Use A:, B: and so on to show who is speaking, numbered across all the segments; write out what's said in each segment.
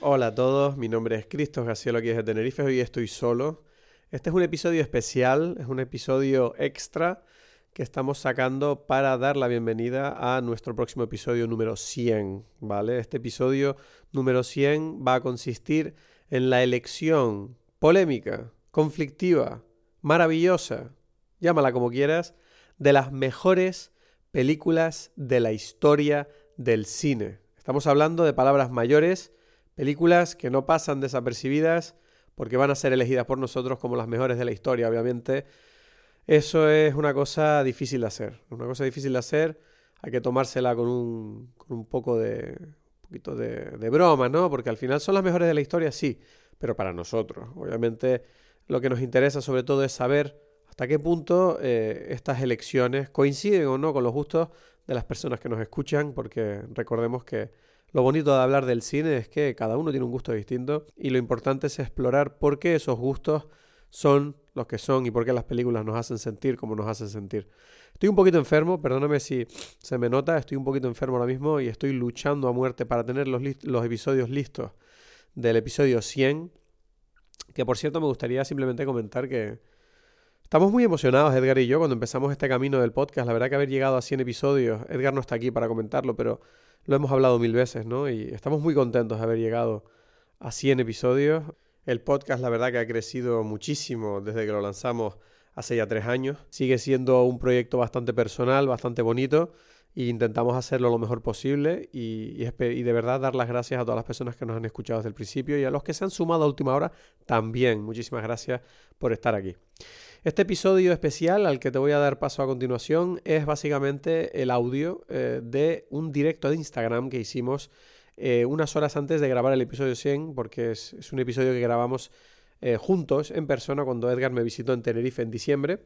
A: Hola a todos, mi nombre es Cristos Gacielo, aquí desde Tenerife, hoy estoy solo. Este es un episodio especial, es un episodio extra que estamos sacando para dar la bienvenida a nuestro próximo episodio número 100, ¿vale? Este episodio número 100 va a consistir en la elección polémica, conflictiva, maravillosa, llámala como quieras, de las mejores películas de la historia del cine. Estamos hablando de palabras mayores, películas que no pasan desapercibidas porque van a ser elegidas por nosotros como las mejores de la historia, obviamente. Eso es una cosa difícil de hacer, una cosa difícil de hacer, hay que tomársela con un, con un poco de, un poquito de, de broma, ¿no? Porque al final son las mejores de la historia, sí, pero para nosotros. Obviamente lo que nos interesa sobre todo es saber hasta qué punto eh, estas elecciones coinciden o no con los gustos de las personas que nos escuchan, porque recordemos que lo bonito de hablar del cine es que cada uno tiene un gusto distinto y lo importante es explorar por qué esos gustos son los que son y por qué las películas nos hacen sentir como nos hacen sentir. Estoy un poquito enfermo, perdóname si se me nota, estoy un poquito enfermo ahora mismo y estoy luchando a muerte para tener los, los episodios listos del episodio 100, que por cierto me gustaría simplemente comentar que, Estamos muy emocionados, Edgar y yo, cuando empezamos este camino del podcast. La verdad que haber llegado a 100 episodios, Edgar no está aquí para comentarlo, pero lo hemos hablado mil veces, ¿no? Y estamos muy contentos de haber llegado a 100 episodios. El podcast, la verdad que ha crecido muchísimo desde que lo lanzamos hace ya tres años. Sigue siendo un proyecto bastante personal, bastante bonito, e intentamos hacerlo lo mejor posible y, y, y de verdad dar las gracias a todas las personas que nos han escuchado desde el principio y a los que se han sumado a última hora también. Muchísimas gracias por estar aquí. Este episodio especial al que te voy a dar paso a continuación es básicamente el audio eh, de un directo de Instagram que hicimos eh, unas horas antes de grabar el episodio 100, porque es, es un episodio que grabamos eh, juntos en persona cuando Edgar me visitó en Tenerife en diciembre.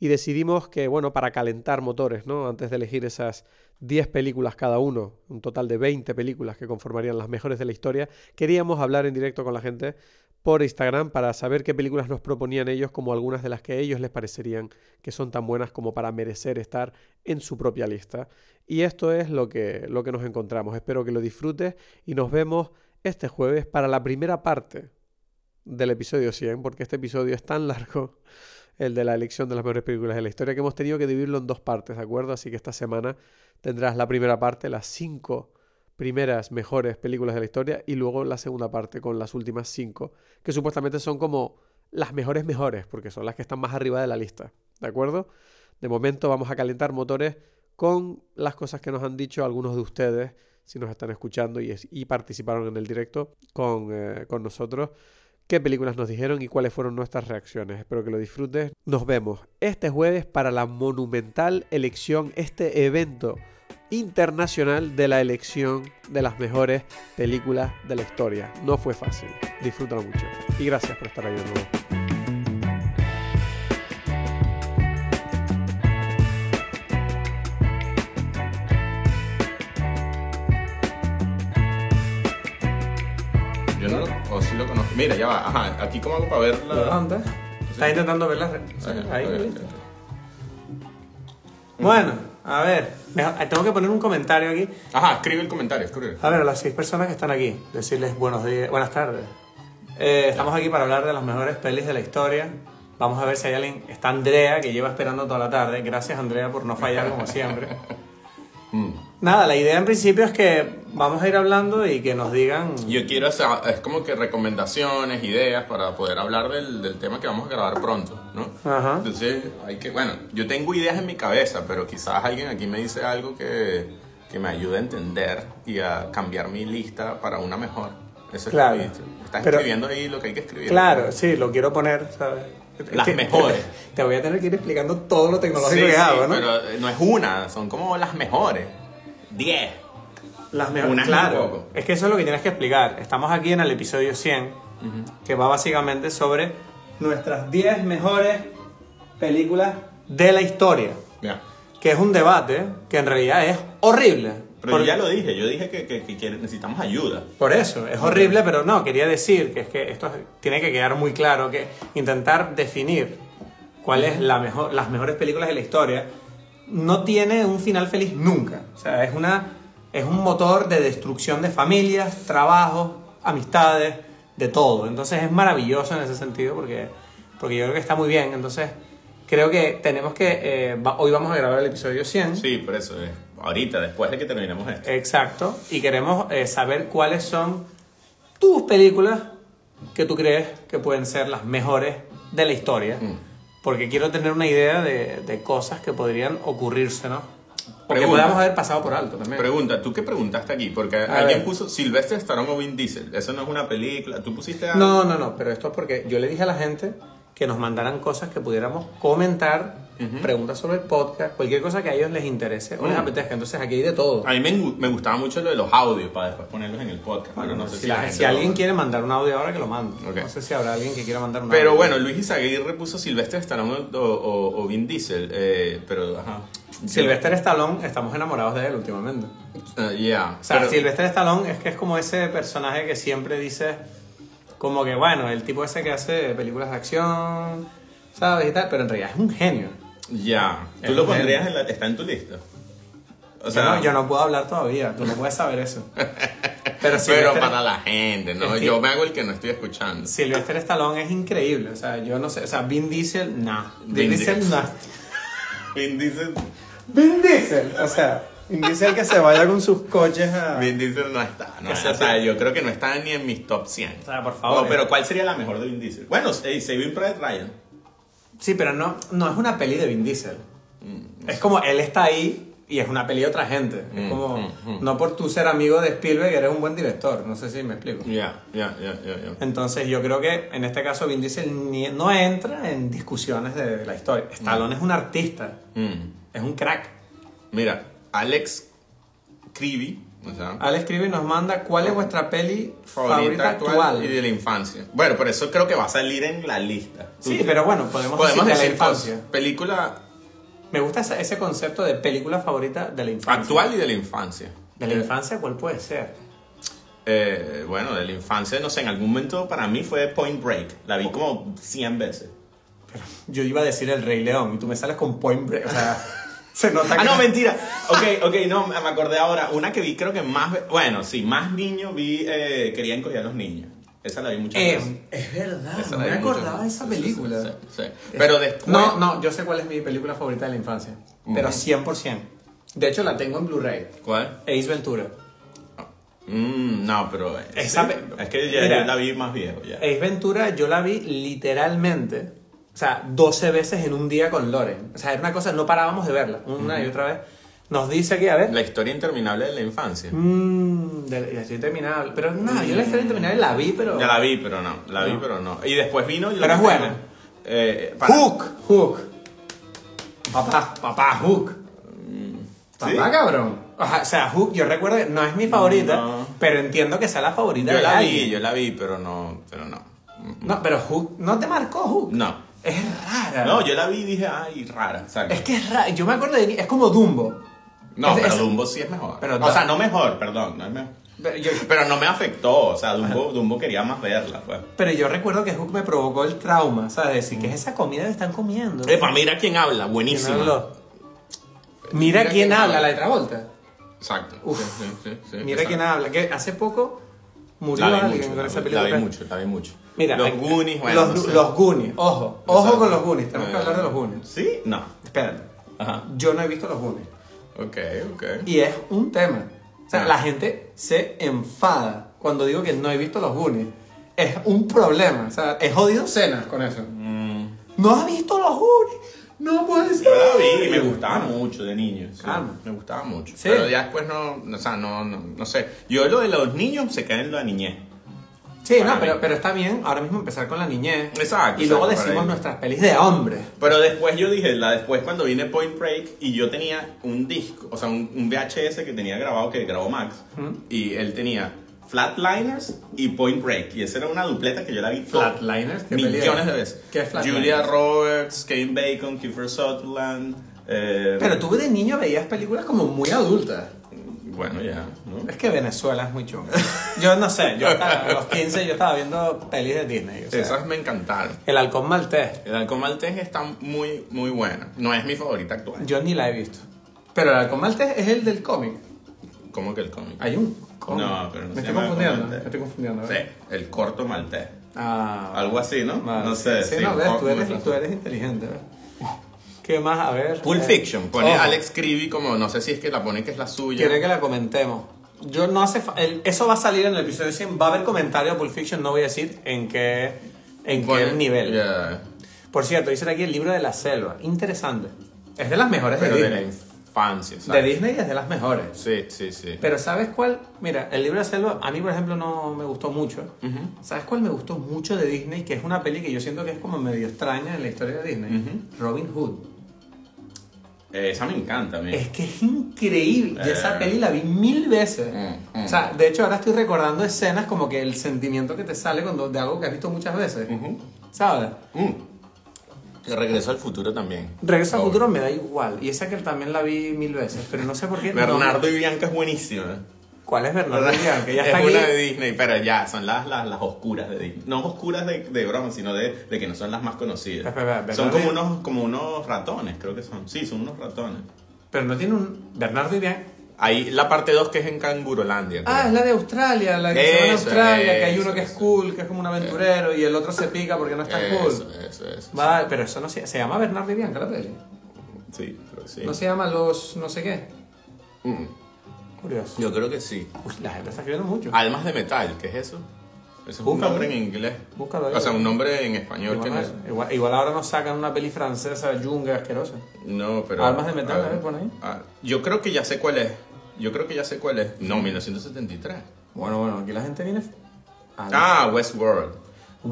A: Y decidimos que, bueno, para calentar motores, ¿no? Antes de elegir esas 10 películas cada uno, un total de 20 películas que conformarían las mejores de la historia, queríamos hablar en directo con la gente por Instagram para saber qué películas nos proponían ellos como algunas de las que a ellos les parecerían que son tan buenas como para merecer estar en su propia lista. Y esto es lo que, lo que nos encontramos. Espero que lo disfrutes y nos vemos este jueves para la primera parte del episodio 100, porque este episodio es tan largo, el de la elección de las mejores películas de la historia, que hemos tenido que dividirlo en dos partes, ¿de acuerdo? Así que esta semana tendrás la primera parte, las cinco primeras mejores películas de la historia y luego la segunda parte con las últimas cinco, que supuestamente son como las mejores mejores, porque son las que están más arriba de la lista, ¿de acuerdo? De momento vamos a calentar motores con las cosas que nos han dicho algunos de ustedes, si nos están escuchando y, es, y participaron en el directo con, eh, con nosotros, qué películas nos dijeron y cuáles fueron nuestras reacciones. Espero que lo disfrutes. Nos vemos este jueves para la monumental elección, este evento internacional de la elección de las mejores películas de la historia. No fue fácil. Disfrútalo mucho. Y gracias por estar ahí de nuevo.
B: Yo no lo, o sí lo conozco. Mira, ya va. Ajá, aquí como hago para verla.
C: Levanta. Ah, Estás intentando ver las re-
B: Ah, ya,
C: ahí,
B: ok, ok,
C: listo.
B: ok.
C: Bueno, a ver. deja- Tengo que poner un comentario aquí.
B: Ajá, escribe el comentario, escribe.
C: A ver, a las seis personas que están aquí, decirles buenos días, buenas tardes. Eh, estamos aquí para hablar de las mejores pelis de la historia. Vamos a ver si hay alguien. Está Andrea, que lleva esperando toda la tarde. Gracias, Andrea, por no fallar como siempre.
B: Mm.
C: Nada, la idea en principio es que vamos a ir hablando y que nos digan.
B: Yo quiero hacer, es como que recomendaciones, ideas para poder hablar del, del tema que vamos a grabar pronto, ¿no?
C: Ajá.
B: Entonces, hay que, bueno, yo tengo ideas en mi cabeza, pero quizás alguien aquí me dice algo que, que me ayude a entender y a cambiar mi lista para una mejor. Eso es
C: Claro.
B: lo que he dicho. Estás
C: Pero-
B: escribiendo ahí lo que hay que escribir.
C: Claro, sí, lo quiero poner, ¿sabes?
B: Las
C: Te-
B: mejores.
C: Te, voy a tener que ir explicando todo lo
B: Sí,
C: tecnológico
B: sí,
C: que hago, ¿no?
B: pero eh, no es una, son como las mejores. Diez.
C: Las mejores.
B: Unas
C: claro.
B: tampoco.
C: Es que eso es lo que tienes que explicar. Estamos aquí en el episodio 100, que va básicamente sobre nuestras 10 mejores películas de la historia.
B: Ya.
C: Que es un debate que en realidad es horrible.
B: Pero
C: Por-
B: yo ya lo dije, yo dije que, que- que- que necesitamos ayuda.
C: Por eso, es horrible, pero no, quería decir que es que esto es- tiene que quedar muy claro, que intentar definir cuál es la mejor, las mejores películas de la historia no tiene un final feliz nunca. O sea, es, una, es un motor de destrucción de familias, trabajos, amistades, de todo. Entonces es maravilloso en ese sentido porque, porque yo creo que está muy bien. Entonces creo que tenemos que... eh, va- hoy vamos a grabar el episodio 100.
B: Sí, por eso es. Ahorita, después de que terminemos esto.
C: Exacto. Y queremos eh, saber cuáles son tus películas que tú crees que pueden ser las mejores de la historia.
B: Mm.
C: Porque quiero tener una idea de, de cosas que podrían ocurrirse, ¿no? O que
B: Pregunta.
C: podamos haber pasado por alto también.
B: Pregunta, ¿tú qué preguntaste aquí? Porque
C: Eh, A
B: alguien
C: ver.
B: puso Silvestre Stallone o Vin Diesel. Eso no es una película. ¿Tú pusiste algo?
C: No, no, no, pero esto es porque yo le dije a la gente que nos mandaran cosas que pudiéramos comentar, preguntas sobre el podcast, cualquier cosa que a ellos les interese o les
B: Mm.
C: apetezca. Entonces aquí hay de todo.
B: A mí me, gu- me gustaba mucho lo de los audios para después ponerlos en el podcast. pero no sé
C: si,
B: si, la
C: la-
B: gente
C: si
B: lo-
C: alguien quiere mandar un audio ahora, que lo mande.
B: Ok.
C: No sé si habrá alguien que quiera mandar un
B: Pero
C: audio.
B: bueno, Luis Izaguirre puso Silvestre Stallone o, o, o Vin Diesel. eh, pero, ajá. Yo-
C: Sylvester Stallone, estamos enamorados de él últimamente.
B: Ah, yeah.
C: O sea,
B: Pero-
C: Sylvester Stallone es que es como ese personaje que siempre dice, como que bueno, el tipo ese que hace películas de acción, ¿sabes? Y tal, pero en realidad es un genio.
B: Ya.
C: Es
B: ¿Tú lo
C: un
B: pondrías en la... está en tu lista? O
C: yo, no, yo no puedo hablar todavía, tú no puedes saber eso. Pero
B: Pero
C: Sylvester,
B: para la gente, ¿no?
C: Es que-
B: Yo me hago el que no estoy escuchando.
C: Sylvester Stallone es increíble, o sea, yo no sé, o sea, Vin Diesel, nah. Vin,
B: Vin
C: Diesel,
B: Diesel.
C: nah.
B: Vin Diesel,
C: Vin Diesel, o sea, Vin Diesel que se vaya con sus coches a...
B: Vin Diesel no está. No,
C: Que se
B: o sea,
C: hace-
B: yo creo que no está ni en mis top 100.
C: O sea, por favor,
B: No, pero ¿cuál sería la mejor de Vin Diesel? Bueno, eh, Saving Private Ryan.
C: Sí, pero no, no es una peli de Vin Diesel. Es como él está ahí y es una peli de otra gente. es
B: Mm,
C: como,
B: mm,
C: no por tú ser amigo de Spielberg eres un buen director. No sé si me explico.
B: Ya, ya, ya, ya, ya.
C: Entonces yo creo que en este caso Vin Diesel ni- no entra en discusiones de la historia. Stallone es un artista,
B: Mm.
C: es un crack.
B: Mira, Alex Creevy, o sea,
C: Al escribe y nos manda cuál es vuestra peli Ah, favorita,
B: favorita
C: actual.
B: actual, y de la infancia. Bueno, por eso creo que va a salir en la lista.
C: Sí,
B: Tú-
C: pero bueno, podemos,
B: podemos
C: decir de
B: decir
C: la infancia.
B: cosas. Película
C: Me gusta ese- ese concepto de película favorita de la infancia.
B: actual y de la infancia.
C: ¿De la infancia cuál puede ser?
B: Eh, bueno, de la infancia, no sé, en algún momento para mí fue Point Break. La vi como 100 veces.
C: Yo iba a decir el Rey León y tú me sales con Point Break. O sea, se nota que.
B: Ah, no, mentira. Ok, ok, no, me me acordé ahora. Una que vi creo que más... ve- Bueno, sí, más niño vi... Eh, quería encollar a los niños. Esa la vi muchas veces.
C: Eh, es verdad,
B: Esa
C: no
B: la
C: me
B: vi muchas
C: acordaba de
B: veces.
C: esa
B: Sí, sí, sí,
C: película. Eh,
B: sí, sí. Pero después...
C: No, no, yo sé cuál es mi película favorita de la infancia. Pero
B: Ujú.
C: 100%. De hecho, la tengo en Blu-ray.
B: ¿Cuál?
C: Ace Ventura.
B: Mm, no, pero... eh,
C: Esa
B: sí.
C: pe-
B: es que ya
C: Mira. Eh,
B: yo la vi más viejo ya.
C: Ace Ventura yo la vi literalmente, o sea, 12 veces en un día con Loren. O sea, era una cosa, no parábamos de verla una y otra vez. Nos dice aquí, a ver.
B: La historia interminable de la infancia.
C: Mmm, la historia interminable. Pero no, yo la historia interminable la vi, pero.
B: Ya la vi, pero no. La vi,
C: No.
B: pero no. Y después vino... yo
C: Pero es
B: creo-
C: buena.
B: Eh, para-
C: Hook. Hook. Papá, papá, Hook. Papá,
B: ¿sí?
C: cabrón. Ajá, O sea, Hook, yo recuerdo, que no es mi favorita,
B: No.
C: pero entiendo que sea la favorita
B: Yo
C: de
B: la
C: alguien.
B: vi, yo la vi, pero no... Pero no.
C: No, pero Hook, ¿no te marcó Hook?
B: No.
C: Es rara.
B: No, yo la vi y dije, ay, rara. ¿sabes?
C: Es que es rara. Yo me acuerdo de que es como Dumbo.
B: No,
C: Es-
B: pero
C: es-
B: Dumbo sí es mejor.
C: Pero
B: o sea,
C: da-
B: no mejor, perdón. No es mejor.
C: Pero yo,
B: Pero no me afectó. O sea, Dumbo, Dumbo quería más verla, pues.
C: pero yo recuerdo que Hook me provocó el trauma, ¿sabes?
B: Mm.
C: Decir, ¿qué es esa comida que están comiendo?
B: Epa, mira quién habla,
C: ¿Quién
B: buenísimo.
C: habló? Mira,
B: Mira
C: quién
B: quién
C: habla,
B: habla.
C: la de Travolta.
B: Exacto.
C: Uf.
B: Sí, sí, sí, sí,
C: Mira
B: exacto.
C: quién habla, que hace poco murió
B: La vi
C: alguien
B: mucho,
C: con
B: la
C: esa
B: vi- la
C: película.
B: vi mucho, la vi mucho.
C: Mira,
B: los
C: aquí-
B: Goonies, bueno.
C: los,
B: no sé.
C: los Goonies, ojo, ojo
B: Exacto. Eh.
C: con los Goonies, tenemos que hablar de los Goonies.
B: ¿Sí? No.
C: Espérate,
B: Ajá.
C: yo no he visto los Goonies
B: Ok, ok.
C: y es un tema. O sea,
B: Ah.
C: la gente se enfada cuando digo que no he visto los Goonies. Es un problema, o sea, he jodido cenas con eso. No has visto los Goonies, no puedes.
B: Mm. Yo la vi y me gustaba mucho de niño. sí.
C: Calma.
B: Me gustaba mucho.
C: Ah. Sí.
B: Pero ya después no, o sea, no, no, no sé. Yo lo de los niños se cae en la niñez.
C: Sí,
B: Para
C: no,
B: mí.
C: pero, pero está bien ahora mismo empezar con la niñez.
B: Exacto,
C: Y
B: exacto,
C: luego
B: para
C: decimos
B: ahí.
C: nuestras pelis de hombres.
B: Pero después yo dije, la después cuando vine Point Break y yo tenía un disco, o sea, un, un VHS que tenía grabado, que grabó Max, y él tenía Flatliners y Point Break, y esa era una dupleta que yo la vi toda-
C: Flatliners, qué peli
B: millones
C: era.
B: de veces.
C: ¿Qué es Flatliners?
B: Julia Roberts, Kevin Bacon, Kiefer Sutherland, eh,
C: Pero tú de niño veías películas como muy adultas.
B: bueno, ya, ¿no?
C: Es que Venezuela es muy chunga. Yo no sé, yo estaba- a los 15 yo estaba viendo pelis de Disney. o sea,
B: Esas me encantaron.
C: el halcón maltés,
B: El Halcón Maltés está muy, muy buena. No es mi favorita actual.
C: yo ni la he visto. Pero el halcón maltés es el del cómic.
B: ¿Cómo que el cómic?
C: Hay un cómic.
B: No, pero no
C: Me
B: se
C: estoy
B: llama
C: confundiendo,
B: Comandante.
C: me estoy confundiendo.
B: Sí,
C: ¿verdad?
B: el corto maltés.
C: Ah,
B: Algo así, ¿no?
C: vale.
B: No sé.
C: Sí,
B: sí,
C: no, ves,
B: un
C: tú,
B: poco
C: eres,
B: más
C: tú eres inteligente, ¿verdad? ¿Qué más? A ver.
B: Pulp
C: eh,
B: Fiction, pone
C: ojo,
B: Alex Creevy como, no sé si es que la pone que es la suya.
C: Quiere que la comentemos. Yo no hace fa- el- Eso va a salir en el episodio 100. Va a haber comentario a Pulp Fiction, no voy a decir en qué, en
B: Pone-
C: qué nivel.
B: Ya,
C: Por cierto, dicen aquí el libro de la selva. Interesante. Es de las mejores
B: Pero
C: de
B: de la
C: Disney.
B: infancia,
C: De
B: ¿sabes?
C: Disney es de las mejores.
B: Sí, sí, sí.
C: Pero ¿sabes cuál? Mira, el libro de la selva a mí, por ejemplo, no me gustó mucho. ¿Sabes cuál me gustó mucho de Disney? Que es una peli que yo siento que es como medio extraña en la historia de Disney. Robin Hood.
B: Eh, esa me encanta a mí.
C: Es que es increíble. Yo esa
B: Eh.
C: peli la vi mil veces.
B: Mm, mm.
C: O sea, de hecho ahora estoy recordando escenas como que el sentimiento que te sale cuando de algo que has visto muchas veces.
B: Ujú.
C: ¿Sabes?
B: Mm. Que Regreso al futuro también.
C: Regreso al
B: Obvio.
C: futuro me da igual. Y esa que también la vi mil veces, pero no sé por qué. no-
B: Bernardo y Bianca es buenísima.
C: ¿Cuál es Bernardo? Adrián? Que ya
B: es
C: está aquí.
B: una de Disney, pero ya, son las, las, las oscuras de Disney. No oscuras de, de broma, sino de, de que no son las más conocidas.
C: Espera, espera,
B: son
C: Bernardo
B: como
C: y-
B: unos, como unos ratones, creo que son. Sí, son unos ratones.
C: Pero no tiene un. Bernardo Irián.
B: Ahí la parte 2 que es en Cangurolandia. creo.
C: Ah, es la de Australia, la que se va a
B: Eso,
C: Australia, que hay
B: eso,
C: uno que es
B: eso.
C: cool, que es como un aventurero, y el otro se pica porque no es tan
B: Eso,
C: cool.
B: eso, eso.
C: Vale, pero eso no se, se llama Bernardo y Bianca la peli.
B: Sí, creo que sí.
C: No se llama los no sé qué.
B: Mm,
C: Curioso.
B: Yo creo que sí.
C: Uy, la gente está escribiendo mucho.
B: Almas de metal, ¿qué es eso? Eso es un
C: Búscalo.
B: nombre en inglés.
C: Búscalo ahí.
B: O sea, un nombre en español que
C: igual,
B: no
C: no-
B: es.
C: igual- igual ahora nos sacan una peli francesa, yunga, asquerosa.
B: No, pero.
C: Almas de metal,
B: a ver,
C: a ver, pon ahí.
B: ah, yo creo que ya sé cuál es. Yo creo que ya sé cuál es. No, 1973.
C: Bueno, bueno, aquí la gente viene. a la-
B: Ah, Westworld.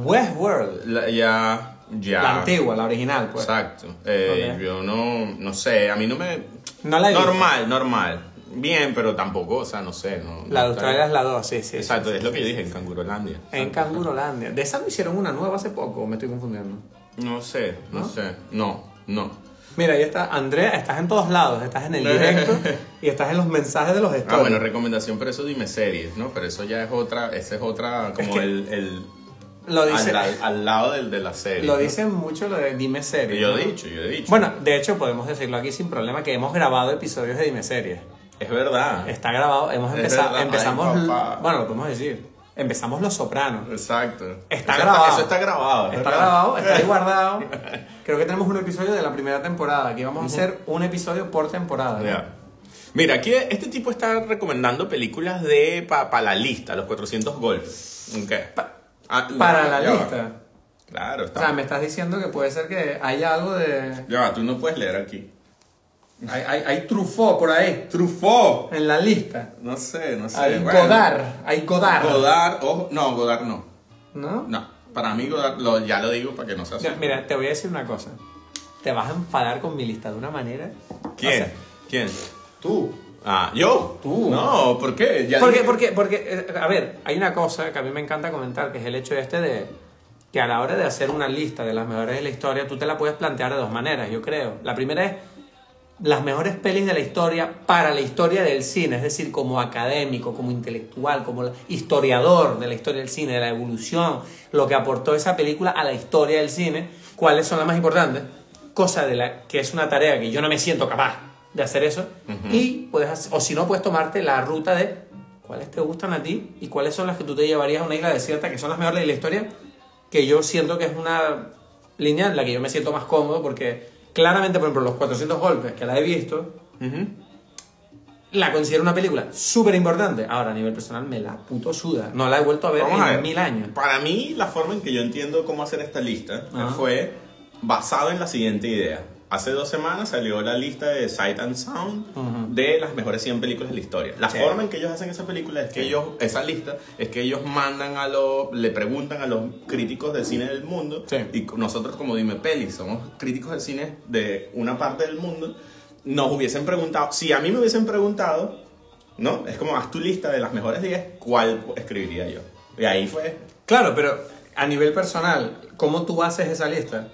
C: Westworld.
B: La- ya. Ya.
C: La antigua, la original, pues.
B: Exacto. Eh,
C: Ok.
B: Yo no. No sé, a mí no me.
C: No la he visto.
B: Normal, normal. Bien, pero tampoco, o sea, no sé. No, no
C: La de
B: está-
C: Australia es la 2, sí, sí.
B: Exacto, es lo que yo dije en Cangurolandia.
C: En Cangurolandia. De esa no hicieron una nueva hace poco, o me estoy confundiendo.
B: No sé, no,
C: ¿No?
B: sé. No, no.
C: Mira, ahí está. Andrea, estás en todos lados. Estás en el directo y estás en los mensajes de los stories.
B: Ah, bueno, recomendación, pero eso dime series, ¿no? Pero eso ya es otra, esa es otra, como
C: que-
B: el, el
C: lo, dice,
B: al, al- al lado del de la serie.
C: lo
B: ¿no?
C: dicen mucho lo de Dime Series.
B: Yo
C: ¿no?
B: he dicho, yo he dicho.
C: Bueno, de hecho, podemos decirlo aquí sin problema que hemos grabado episodios de Dime Series.
B: es verdad.
C: Está grabado, hemos
B: Es
C: empezado,
B: verdad. Ay,
C: empezamos,
B: papá.
C: bueno, lo podemos decir, empezamos Los Sopranos.
B: Exacto.
C: Está
B: Eso
C: grabado.
B: eso está grabado.
C: Está
B: ¿verdad?
C: grabado, está ahí guardado. Creo que tenemos un episodio de la primera temporada. Aquí vamos a hacer un episodio por temporada. ¿no?
B: Ya. Mira, aquí este tipo está recomendando películas de para la lista, los 400 golpes. Ok. Ah, no,
C: Para la
B: ya va.
C: lista.
B: Claro,
C: O
B: está.
C: sea, me estás diciendo que puede ser que haya algo de...
B: Ya va, tú no puedes leer aquí.
C: Hay, hay, hay Truffaut por ahí,
B: Truffaut.
C: en la lista.
B: No sé, no sé.
C: Hay
B: bueno.
C: Godard, hay Godard.
B: Godard, ojo. No, Godard no.
C: ¿No?
B: No, para mí Godard, lo- ya lo digo para que no se asuste.
C: Ya, Mira, te voy a decir una cosa. Te vas a enfadar con mi lista de una manera.
B: ¿Quién?
C: O sea,
B: ¿Quién?
C: tú.
B: Ah, ¿yo?
C: Tú.
B: No, ¿por qué? Ya
C: Porque,
B: dije-
C: porque, porque, eh, a ver, hay una cosa que a mí me encanta comentar, que es el hecho este de que a la hora de hacer una lista de las mejores de la historia, tú te la puedes plantear de dos maneras, yo creo. La primera es las mejores pelis de la historia para la historia del cine, es decir, como académico, como intelectual, como la- historiador de la historia del cine, de la evolución, lo que aportó esa película a la historia del cine, cuáles son las más importantes, cosa de la que es una tarea que yo no me siento capaz de hacer eso, y puedes hacer- o si no puedes tomarte la ruta de cuáles te gustan a ti y cuáles son las que tú te llevarías a una isla desierta, que son las mejores de la historia, que yo siento que es una línea en la que yo me siento más cómodo porque claramente, por ejemplo, los 400 golpes que la he visto, la considero una película súper importante. Ahora, a nivel personal, me la puto suda. No la he vuelto a ver
B: Vamos
C: en
B: a ver.
C: mil años.
B: Para mí, la forma en que yo entiendo cómo hacer esta lista
C: Ajá.
B: fue basado en la siguiente idea. Hace dos semanas salió la lista de Sight and Sound de las mejores 100 películas de la historia. La
C: Sí.
B: forma en que ellos hacen esa película es que ellos, esa lista, es que ellos mandan a los, le preguntan a los críticos del cine del mundo
C: Sí.
B: y nosotros como Dime Peli somos críticos del cine de una parte del mundo, nos hubiesen preguntado, si a mí me hubiesen preguntado, ¿no? Es como haz tu lista de las mejores 10, ¿cuál escribiría yo? Y ahí fue
C: Claro, pero a nivel personal, ¿cómo tú haces esa lista?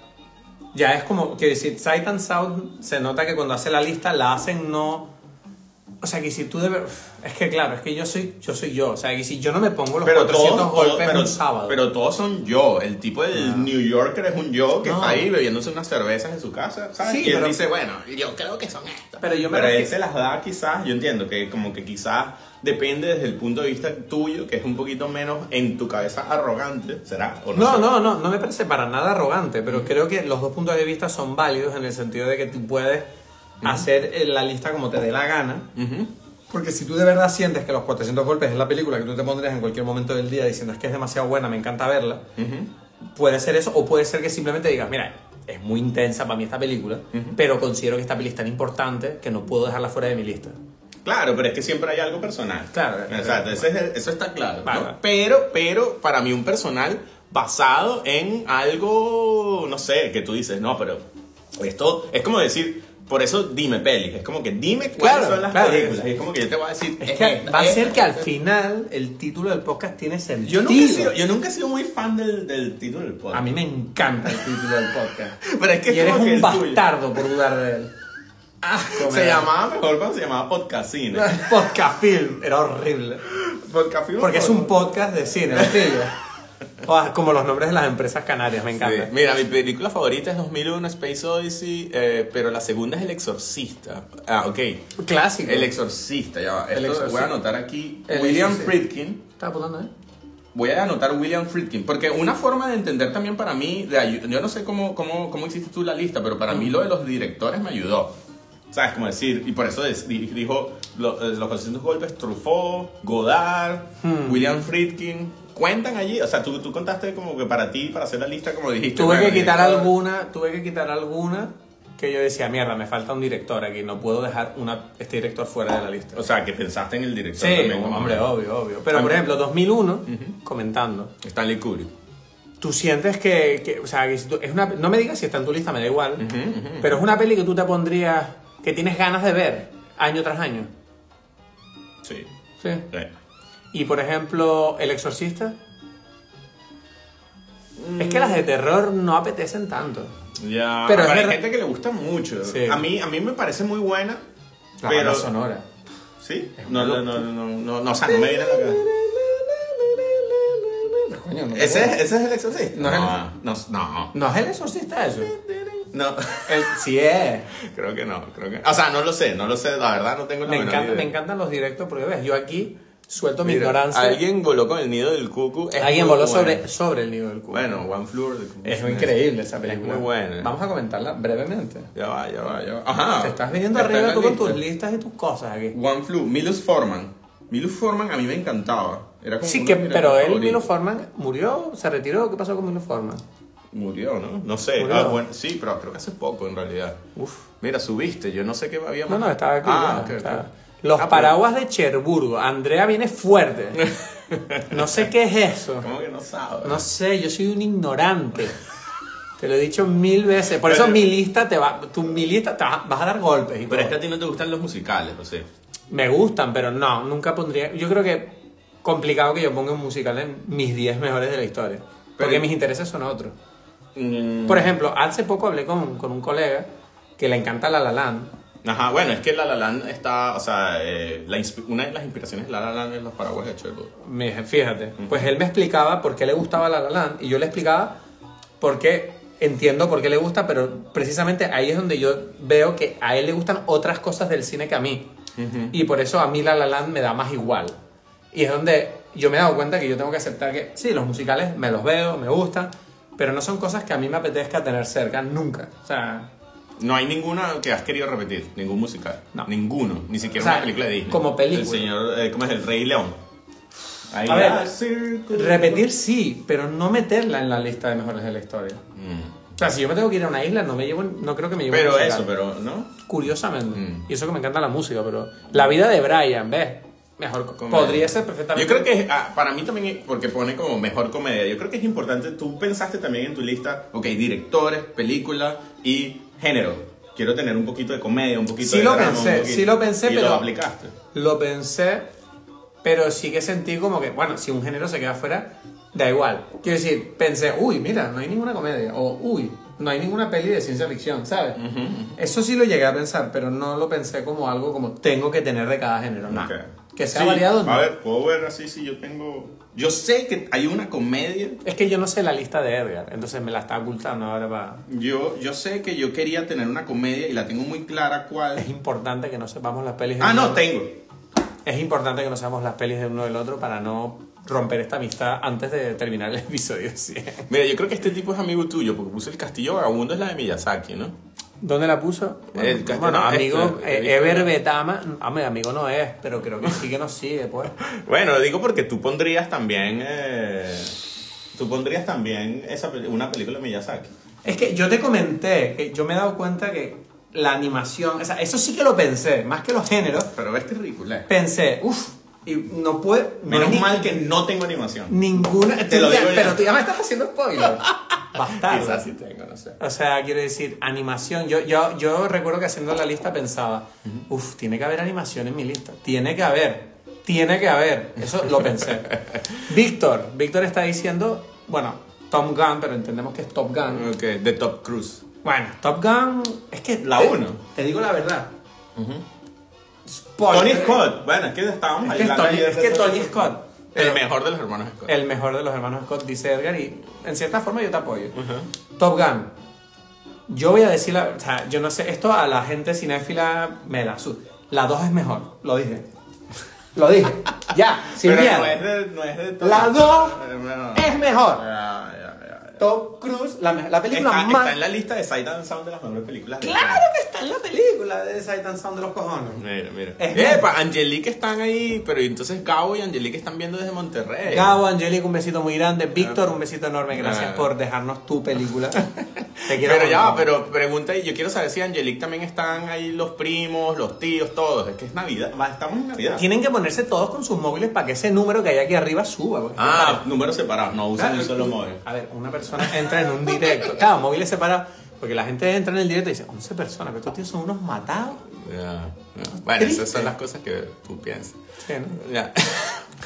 C: Ya es como, quiero decir, Sight and Sound se nota que cuando hace la lista la hacen no O sea, que si tú debes... Es que claro, es que yo soy yo. Soy yo. O sea, que si yo no me pongo los
B: Pero
C: 400
B: todos,
C: golpes
B: todos- pero,
C: un sábado... Ah.
B: pero todos son yo. El tipo del New Yorker es un yo que
C: No.
B: está ahí bebiéndose unas cervezas en su casa, ¿sabes?
C: Sí,
B: y él
C: pero-
B: dice, bueno, yo creo que son estas.
C: Pero yo me
B: Pero él
C: refiero-
B: se las da quizás, yo entiendo que como que quizás depende desde el punto de vista tuyo, que es un poquito menos en tu cabeza arrogante, ¿será? ¿O
C: No,
B: será?
C: no, no, no me parece para nada arrogante, pero
B: Mm.
C: creo que los dos puntos de vista son válidos en el sentido de que tú puedes
B: Mm.
C: hacer eh, la lista como te dé la gana.
B: Ujú.
C: Porque si tú de verdad sientes que los 400 golpes es la película que tú te pondrías en cualquier momento del día diciendo es que es demasiado buena, me encanta verla, puede ser eso o puede ser que simplemente digas, mira, es muy intensa para mí esta película, pero considero que esta peli es tan importante que no puedo dejarla fuera de mi lista.
B: Claro, pero es que siempre hay algo personal.
C: Claro.
B: Exacto, ese es el- eso está claro. ¿no?
C: Vale.
B: Pero, pero, para mí un personal basado en algo, no sé, que tú dices, no, pero esto es como decir, por eso dime pelis, es como que dime cuáles
C: Claro,
B: son las
C: claro.
B: películas, y es como que yo te voy a decir,
C: Es
B: esta,
C: que
B: esta,
C: va a
B: esta,
C: ser que al
B: esta.
C: final el título del podcast tiene
B: Yo
C: sentido.
B: nunca, he sido, yo nunca he sido muy fan del, del título del podcast.
C: A mí me encanta el título del podcast.
B: Pero es que es
C: y eres
B: como que
C: un
B: el tuyo. Ah,
C: bastardo por dudar de él.
B: se llamaba mejor cuando se llamaba Podcastine.
C: podcast film, era horrible.
B: Podcastine
C: Porque es un
B: podcast.
C: podcast de cine, ¿me pillas? Ah, como los nombres de las empresas canarias, me encanta.
B: Mira, mi película favorita es 2001 Space Odyssey, eh, pero la segunda es El Exorcista. Ah, ok.
C: Clásico.
B: El exorcista, ya va.
C: El
B: Esto
C: Exorcista.
B: Voy a anotar aquí
C: El
B: William
C: Exorcista.
B: Friedkin.
C: Estaba apuntando, ¿eh?
B: Voy a anotar William Friedkin. Porque una forma de entender también para mí, de ayu- yo no sé cómo, cómo, cómo hiciste tú la lista, pero
C: Mm.
B: para mí lo de los directores me ayudó. ¿Sabes? Como decir, y por eso des- di- dijo lo- eh, los 400 golpes, Truffaut, Godard,
C: Hmm.
B: William Friedkin. ¿Cuentan allí? O sea, tú, tú contaste como que para ti, para hacer la lista, como dijiste.
C: Tuve
B: bueno,
C: que quitar
B: director-
C: alguna, tuve que quitar alguna que yo decía, mierda, me falta un director aquí, no puedo dejar una, este director fuera de la lista.
B: O sea, que pensaste en el director
C: Sí,
B: también. como-
C: hombre, obvio, obvio. Pero, por
B: Hombre.
C: ejemplo, 2001, comentando,
B: Stanley Kubrick.
C: tú sientes que, que- o sea, que si tú- es una, no me digas si está en tu lista, me da igual, pero es una peli que tú te pondrías, que tienes ganas de ver año tras año.
B: Sí.
C: Sí.
B: Sí.
C: Y por ejemplo, El Exorcista. Es que las de terror no apetecen tanto.
B: Ya, pero,
C: Pero es
B: hay
C: verdad-
B: gente que le gusta mucho.
C: Sí.
B: A, mí, a mí me parece muy buena.
C: La
B: pero,
C: banda sonora.
B: ¿Sí?
C: Es
B: No, no,
C: una
B: no, no, no, no, o sea, no me viene a la cabeza.
C: Coño, no,
B: ¿Ese, es- ¿Ese es el exorcista?
C: No,
B: no, no,
C: ¿No es El Exorcista eso?
B: no.
C: El- sí es.
B: creo que no, creo que O sea, no lo sé, no lo sé, la verdad no tengo la
C: Me,
B: menor
C: encanta,
B: idea.
C: me encantan los directos porque ves, yo aquí suelto mi
B: Mira,
C: ignorancia.
B: Alguien voló con el nido del cucu. es
C: Alguien
B: muy
C: voló
B: bueno.
C: sobre, sobre el nido del cubo.
B: Bueno, One Floor del cucu.
C: es increíble esa
B: Es
C: película.
B: muy buena.
C: Vamos a comentarla brevemente.
B: Ya va, ya va, ya va. Ajá.
C: Te estás viniendo
B: Está en
C: arriba
B: la
C: tú con
B: lista.
C: tus listas y tus cosas aquí.
B: One Flew, Milos Forman. Milos Forman a mí me encantaba. Era como
C: Sí,
B: uno
C: que,
B: de mis
C: pero
B: directores
C: él, Milo
B: favoritos.
C: Forman, murió, se retiró. ¿Qué pasó con Milo Forman?
B: Murió, ¿no? No sé.
C: Murió.
B: Ah, bueno, sí, pero creo que hace poco en realidad.
C: Uf.
B: Mira, subiste, yo no sé qué había
C: No,
B: más.
C: no, estaba aquí.
B: Ah,
C: ya,
B: ok, ok.
C: estaba. Los
B: Ah, pero-
C: paraguas de Cherburgo. Andrea viene fuerte. No sé qué es eso.
B: ¿Cómo que no sabes?
C: No sé, yo soy un ignorante. Te lo he dicho mil veces. Por eso
B: Pero-
C: mi lista te va. Tu mi lista te va- vas a dar golpes. y
B: Pero es que
C: todo.
B: a ti no te gustan los musicales, o sea.
C: Me gustan, pero no, nunca pondría. Yo creo que complicado que yo ponga un musical en mis 10 mejores de la historia. Porque
B: Pero-
C: mis intereses son otros.
B: Mm,
C: Por ejemplo, hace poco hablé con, con un colega que le encanta La La Land.
B: Ajá, bueno, es que La La Land está, o sea, eh, la inspi- una de las inspiraciones de La La Land es los paraguas de Cherbourg.
C: Me dije, fíjate, pues él me explicaba por qué le gustaba La La Land y yo le explicaba por qué entiendo por qué le gusta, pero precisamente ahí es donde yo veo que a él le gustan otras cosas del cine que a mí. Y por eso a mí La La Land me da más igual. Y es donde yo me he dado cuenta que yo tengo que aceptar que sí, los musicales me los veo, me gustan, pero no son cosas que a mí me apetezca tener cerca nunca. O sea,
B: No hay ninguna que has querido repetir, ningún musical.
C: No.
B: Ninguno, ni siquiera
C: O sea,
B: una película de Disney.
C: como película.
B: El señor, eh, ¿cómo es? El Rey León. Ahí
C: A ver,
B: va, circo.
C: repetir sí, pero no meterla en la lista de mejores de la historia.
B: Mm.
C: O sea, si yo me tengo que ir a una isla, no me llevo, no creo que me lleve un
B: Pero
C: musical.
B: eso, pero, ¿no?
C: Curiosamente.
B: Mm.
C: Y eso que me encanta la música, pero. La vida de Brian, ¿ves? Mejor. co-
B: Comedia.
C: Podría ser perfectamente.
B: Yo creo que ah, para mí también, porque pone como mejor comedia, yo creo que es importante, tú pensaste también en tu lista, ok, directores, película y género. Quiero tener un poquito de comedia, un poquito
C: Sí
B: de
C: lo
B: drama, un
C: pensé,
B: poquito-
C: sí lo pensé,
B: y
C: pero-
B: lo aplicaste.
C: Lo pensé, pero sí que sentí como que, bueno, si un género se queda fuera, da igual. Quiero decir, pensé, uy, mira, no hay ninguna comedia. O, uy, no hay ninguna peli de ciencia ficción, ¿sabes? Eso sí lo llegué a pensar, pero no lo pensé como algo como tengo que tener de cada género. No.
B: Ok.
C: Que sea
B: Sí,
C: variado. no.
B: A ver, puedo ver así si yo tengo. Yo sé que hay una comedia.
C: Es que yo no sé la lista de Edgar, entonces me la está ocultando ahora para...
B: Yo, yo sé que yo quería tener una comedia y la tengo muy clara
C: Es
B: cuál.
C: importante que no sepamos las pelis. de
B: Ah,
C: uno
B: no,
C: del
B: tengo.
C: otro. Es importante que no sepamos las pelis de uno del otro para no romper esta amistad antes de terminar el episodio 100.
B: Mira, yo creo que este tipo es amigo tuyo, porque puse el castillo vagabundo, es la de Miyazaki, ¿no?
C: ¿Dónde la puso? Bueno,
B: El castellano
C: bueno, amigo
B: extra, el
C: eh, Ever Betama, ah, mi amigo no es, pero creo que sí que nos sigue, pues.
B: Bueno, lo digo porque tú pondrías también. eh, tú pondrías también esa, peli- una película de Miyazaki.
C: Es que yo te comenté que yo me he dado cuenta que la animación, o sea, eso sí que lo pensé, más que los géneros,
B: Pero ves que ridícula es.
C: pensé, uff, y no puede, no
B: Menos
C: hay ni-
B: mal que no tengo animación.
C: ninguna, tú
B: lo
C: ya-
B: digo yo.
C: pero tú ya me estás haciendo spoiler. Bastardo.
B: Quizás sí tengo, no sé.
C: O sea, quiero decir, animación. Yo, yo, yo recuerdo que haciendo la lista pensaba, uff, tiene que haber animación en mi lista. Tiene que haber. Tiene que haber. Eso lo pensé. Víctor. Víctor está diciendo, bueno, Tom Gun, pero entendemos que es Top Gun.
B: Ok, de Top Cruise.
C: Bueno, Top Gun es que...
B: La
C: te-
B: uno.
C: Te digo la verdad.
B: Tony
C: Spoiler.
B: Scott. Bueno, es que estábamos
C: Es que,
B: hablando
C: Tony,
B: ayer
C: es
B: de
C: que
B: eso.
C: Tony Scott.
B: El mejor de los hermanos Scott.
C: El mejor de los hermanos Scott, dice Edgar, y en cierta forma yo te apoyo. Top Gun. Yo voy a decir, la, o sea, yo no sé, esto a la gente cinéfila me la su. La 2 es mejor, lo dije. Lo dije. ya, sin
B: Pero
C: miedo.
B: no es de, no es de Tony
C: La
B: Scott.
C: dos
B: Eh, bueno.
C: Es mejor.
B: Ya, ya, ya, ya.
C: Top Cruise, la, me- la película
B: Está,
C: más.
B: está en la lista de Sight and Sound de las mejores películas. de
C: Claro que está en la película de Sight and Sound de los cojones.
B: Mira, mira.
C: Es
B: Epa, Angelique están ahí, pero entonces Gabo y Angelique están viendo desde Monterrey.
C: Gabo, Angélica, un besito muy grande. Víctor, un besito enorme. Gracias
B: Ah.
C: por dejarnos tu película. Te quiero
B: Pero ya,
C: mucho.
B: va, pero pregunta, y yo quiero saber si Angelique también están ahí los primos, los tíos, todos. Es que es Navidad, va, estamos en Navidad.
C: Tienen que ponerse todos con sus móviles para que ese número que hay aquí arriba suba. pues. porque-
B: Ah, números separados, no usan
C: Claro,
B: un solo
C: tú-
B: móvil.
C: A ver, una persona entra en un directo. Claro, móviles separados. Porque la gente entra en el directo y dice, 11 personas, pero estos tíos son unos matados.
B: Ya, ya. Bueno, esas
C: Triste.
B: son las cosas que tú piensas.
C: Sí, ¿no?
B: Ya.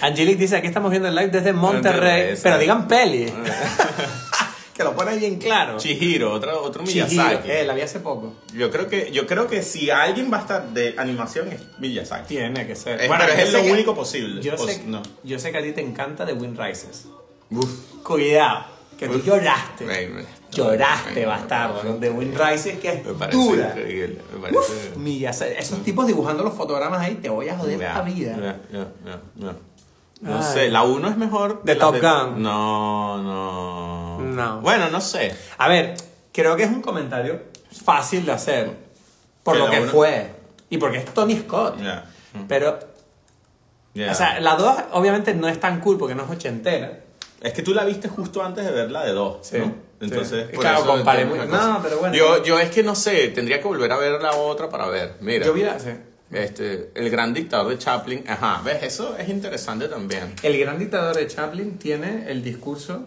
C: Angelique dice, aquí estamos viendo el live desde Monterrey.
B: Monterrey,
C: pero
B: sí.
C: digan peli.
B: Ah.
C: que lo ponen bien claro.
B: Chihiro, otro, otro
C: Chihiro,
B: Miyazaki.
C: eh, la vi hace poco.
B: Yo creo que, yo creo que si alguien va a estar de animación es Miyazaki.
C: Tiene que ser.
B: Es- pero
C: yo
B: es
C: sé
B: lo
C: que-
B: único posible.
C: Yo
B: O-
C: sé,
B: no.
C: yo sé que a ti te encanta The Wind Rises.
B: Uf.
C: Cuidado, que tú
B: Uf.
C: lloraste.
B: Ey, me-
C: Lloraste,
B: ey, me-
C: bastardo. con The Wind Rises, que
B: Me
C: es
B: parece
C: dura.
B: increíble. Me parece.
C: Uf, Miyazaki. Esos tipos dibujando los fotogramas ahí, te voy a joder
B: Ya,
C: la vida.
B: ya, ya, ya, ya. No
C: Ay.
B: sé, la 1 es mejor.
C: De
B: la
C: Top Gun.
B: No, no.
C: No.
B: Bueno, no sé.
C: A ver, creo que es un comentario fácil de hacer. Por
B: Que
C: lo
B: la
C: que
B: uno-
C: fue. Y porque es Tony Scott.
B: Ya.
C: Pero,
B: ya.
C: o sea, la 2 obviamente no es tan cool porque no es ochentera.
B: es que tú la viste justo antes de ver la de 2.
C: Sí,
B: ¿no?
C: sí.
B: Entonces, por
C: Claro,
B: eso
C: comparé
B: entiendo
C: muy-
B: la cosa.
C: no, pero bueno.
B: Yo, yo es que no sé, tendría que volver a ver la otra para ver. Mira.
C: Yo vi la- sí.
B: Este, el gran dictador de Chaplin. Ajá, ¿ves? Eso es interesante también.
C: El gran dictador de Chaplin tiene el discurso,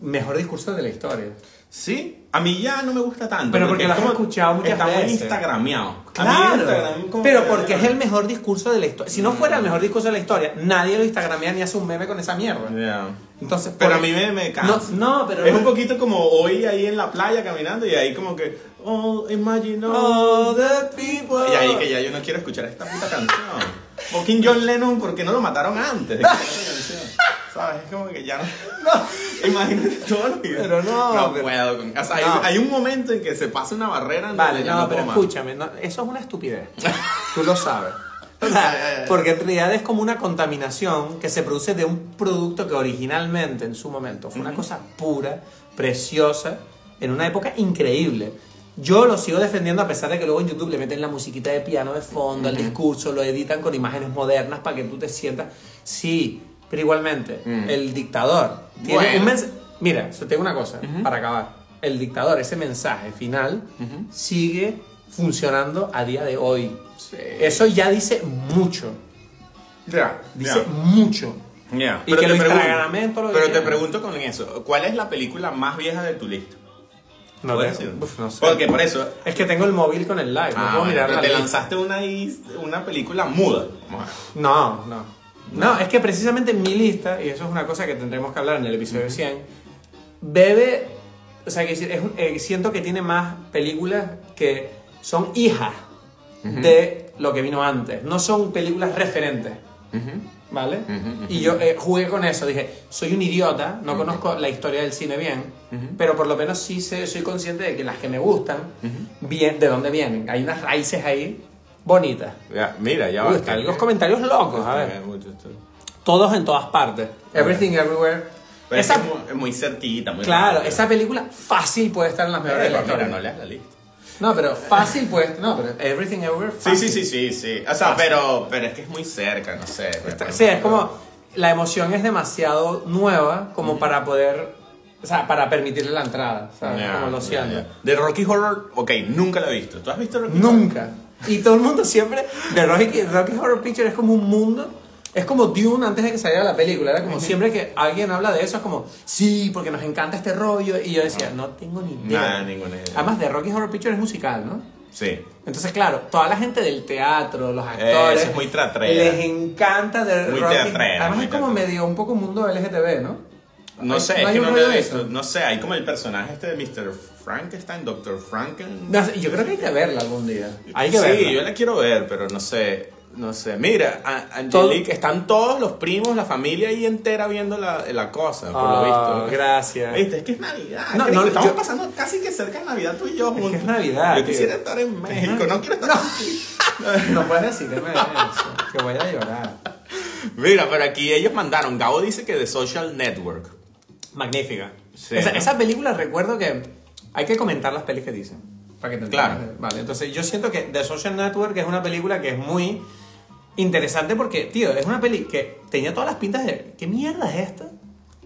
C: mejor discurso de la historia.
B: Sí, a mí ya no me gusta tanto.
C: Pero porque
B: es
C: lo has
B: como-
C: escuchado muchas
B: está muy
C: veces.
B: instagrameado. A mí Instagram
C: Claro,
B: como
C: pero
B: que-
C: porque es el mejor discurso de la historia. Si no fuera el mejor discurso de la historia, nadie lo instagramea ni hace un meme con esa mierda.
B: Ya.
C: Entonces,
B: Pero a
C: por-
B: mí me, me cansa.
C: No, no, pero
B: Es
C: no-
B: un poquito como hoy ahí en la playa caminando y ahí como que. Oh, imagine.
C: All the people.
B: Y ahí que ya yo no quiero escuchar esta puta canción. Fucking John Lennon, ¿por qué no lo mataron antes? de que hiciera esa canción? ¿Sabes? Es como que ya no. Imagínate todo lo que.
C: Pero no,
B: No
C: pero-
B: puedo. con- o sea, hay-
C: No.
B: hay, un momento en que se pasa una barrera en
C: Vale,
B: donde ya
C: no, pero
B: puedo más.
C: escúchame, no, eso es una estupidez. Tú lo sabes. O
B: Ya, ya,
C: sea,
B: ya.
C: porque en realidad es como una contaminación que se produce de un producto que originalmente en su momento fue una cosa pura, preciosa, en una época increíble. Yo lo sigo defendiendo a pesar de que luego en YouTube le meten la musiquita de piano de fondo, el discurso, lo editan con imágenes modernas para que tú te sientas. Sí, pero igualmente, el dictador tiene
B: Bueno.
C: un mensaje. Mira, yo te digo una cosa, para acabar. El dictador, ese mensaje final, sigue funcionando a día de hoy.
B: Sí.
C: Eso ya dice mucho.
B: Ya,
C: Dice
B: ya.
C: mucho.
B: Ya,
C: Y que lo instagramen todo lo que
B: Pero te
C: quieran.
B: pregunto con eso, ¿cuál es la película más vieja de tu lista?
C: No,
B: ¿Puedes
C: tengo-
B: decir?
C: uf, no sé.
B: Porque por eso...
C: Es que tengo el móvil con el live, no
B: Ah,
C: puedo
B: bueno,
C: mirar
B: pero
C: la
B: te
C: lista.
B: lanzaste una, is- una película muda. Vamos a ver.
C: No, no. No, es que precisamente mi lista, y eso es una cosa que tendremos que hablar en el episodio 100, bebe O sea, que es- es un- eh, siento que tiene más películas que son hijas de lo que vino antes. No son películas referentes. ¿Vale?
B: Ujú, ujú.
C: Y yo eh, jugué con eso. Dije, soy un idiota, no conozco la historia del cine bien, pero por lo menos sí sé, soy consciente de que las que me gustan, bien, de dónde vienen. Hay unas raíces ahí bonitas.
B: Ya, mira, ya
C: Uy,
B: va.
C: están los comentarios locos, a ver. Todos en todas partes. Everything, everywhere.
B: Pero
C: Esa-
B: es que es muy, es muy cerquita, muy
C: Claro,
B: rápida.
C: esa película fácil puede estar en las
B: Pero,
C: mejores de la
B: mira,
C: historia.
B: no leas la lista.
C: No, pero fácil pues. No, pero Everything Everywhere.
B: Sí,
C: Fácil.
B: sí, sí, sí, sí. O sea, pero, pero es que es muy cerca, no sé. me
C: Está-
B: parece.
C: sí, es como la emoción es demasiado nueva como para poder, o sea, para permitirle la entrada,
B: Ya,
C: ¿sabes? como lo
B: ya,
C: siento.
B: ya. De Rocky Horror, ok, nunca la he visto. ¿Tú has visto Rocky
C: Nunca. Y todo el mundo siempre de Rocky, Rocky Horror Picture es como un mundo. Es como Dune antes de que saliera la película. Era como siempre que alguien habla de eso, es como, sí, porque nos encanta este rollo. Y yo decía, no, tengo ni idea.
B: Nada, ninguna idea.
C: Además, de Rocky Horror Picture es musical, ¿no?
B: Horror? Sí.
C: Entonces, claro, toda la gente del teatro, los
B: Eso
C: actores.
B: es muy tratrera.
C: Les encanta de
B: Muy
C: Rocky.
B: teatrera,
C: Además,
B: muy
C: es como
B: teatrera.
C: medio un poco mundo LGTB, ¿no?
B: No
C: Hay-
B: sé,
C: hay
B: es que
C: un
B: no
C: rollo
B: lo
C: de
B: he visto.
C: eso.
B: No sé, hay como el personaje este de Mr. Frankenstein, Dr. Franken.
C: No sé, yo creo que hay que verla algún día.
B: sí, yo la quiero ver, pero no sé. No sé. Mira, a- Angelique,
C: Todo-
B: están todos los primos, la familia ahí entera viendo la, la cosa, por
C: Ah,
B: lo visto.
C: gracias.
B: Viste, es que es Navidad.
C: No,
B: Cristo,
C: no,
B: estamos
C: yo-
B: pasando casi que cerca de Navidad tú y yo
C: que
B: juntos.
C: es Navidad,
B: Yo
C: tío.
B: quisiera estar en México, no quiero estar aquí.
C: No puedes decirme eso, que voy a llorar.
B: Mira, pero aquí ellos mandaron. Gabo dice que de Social Network.
C: Magnífica.
B: Sí,
C: esa,
B: ¿no?
C: esa película, recuerdo que hay que comentar las pelis que dicen. Para que te
B: Claro.
C: enteres. Vale, entonces yo siento que The Social Network es una película que es muy interesante porque, tío, es una peli que tenía todas las pintas de ¿qué mierda es esta?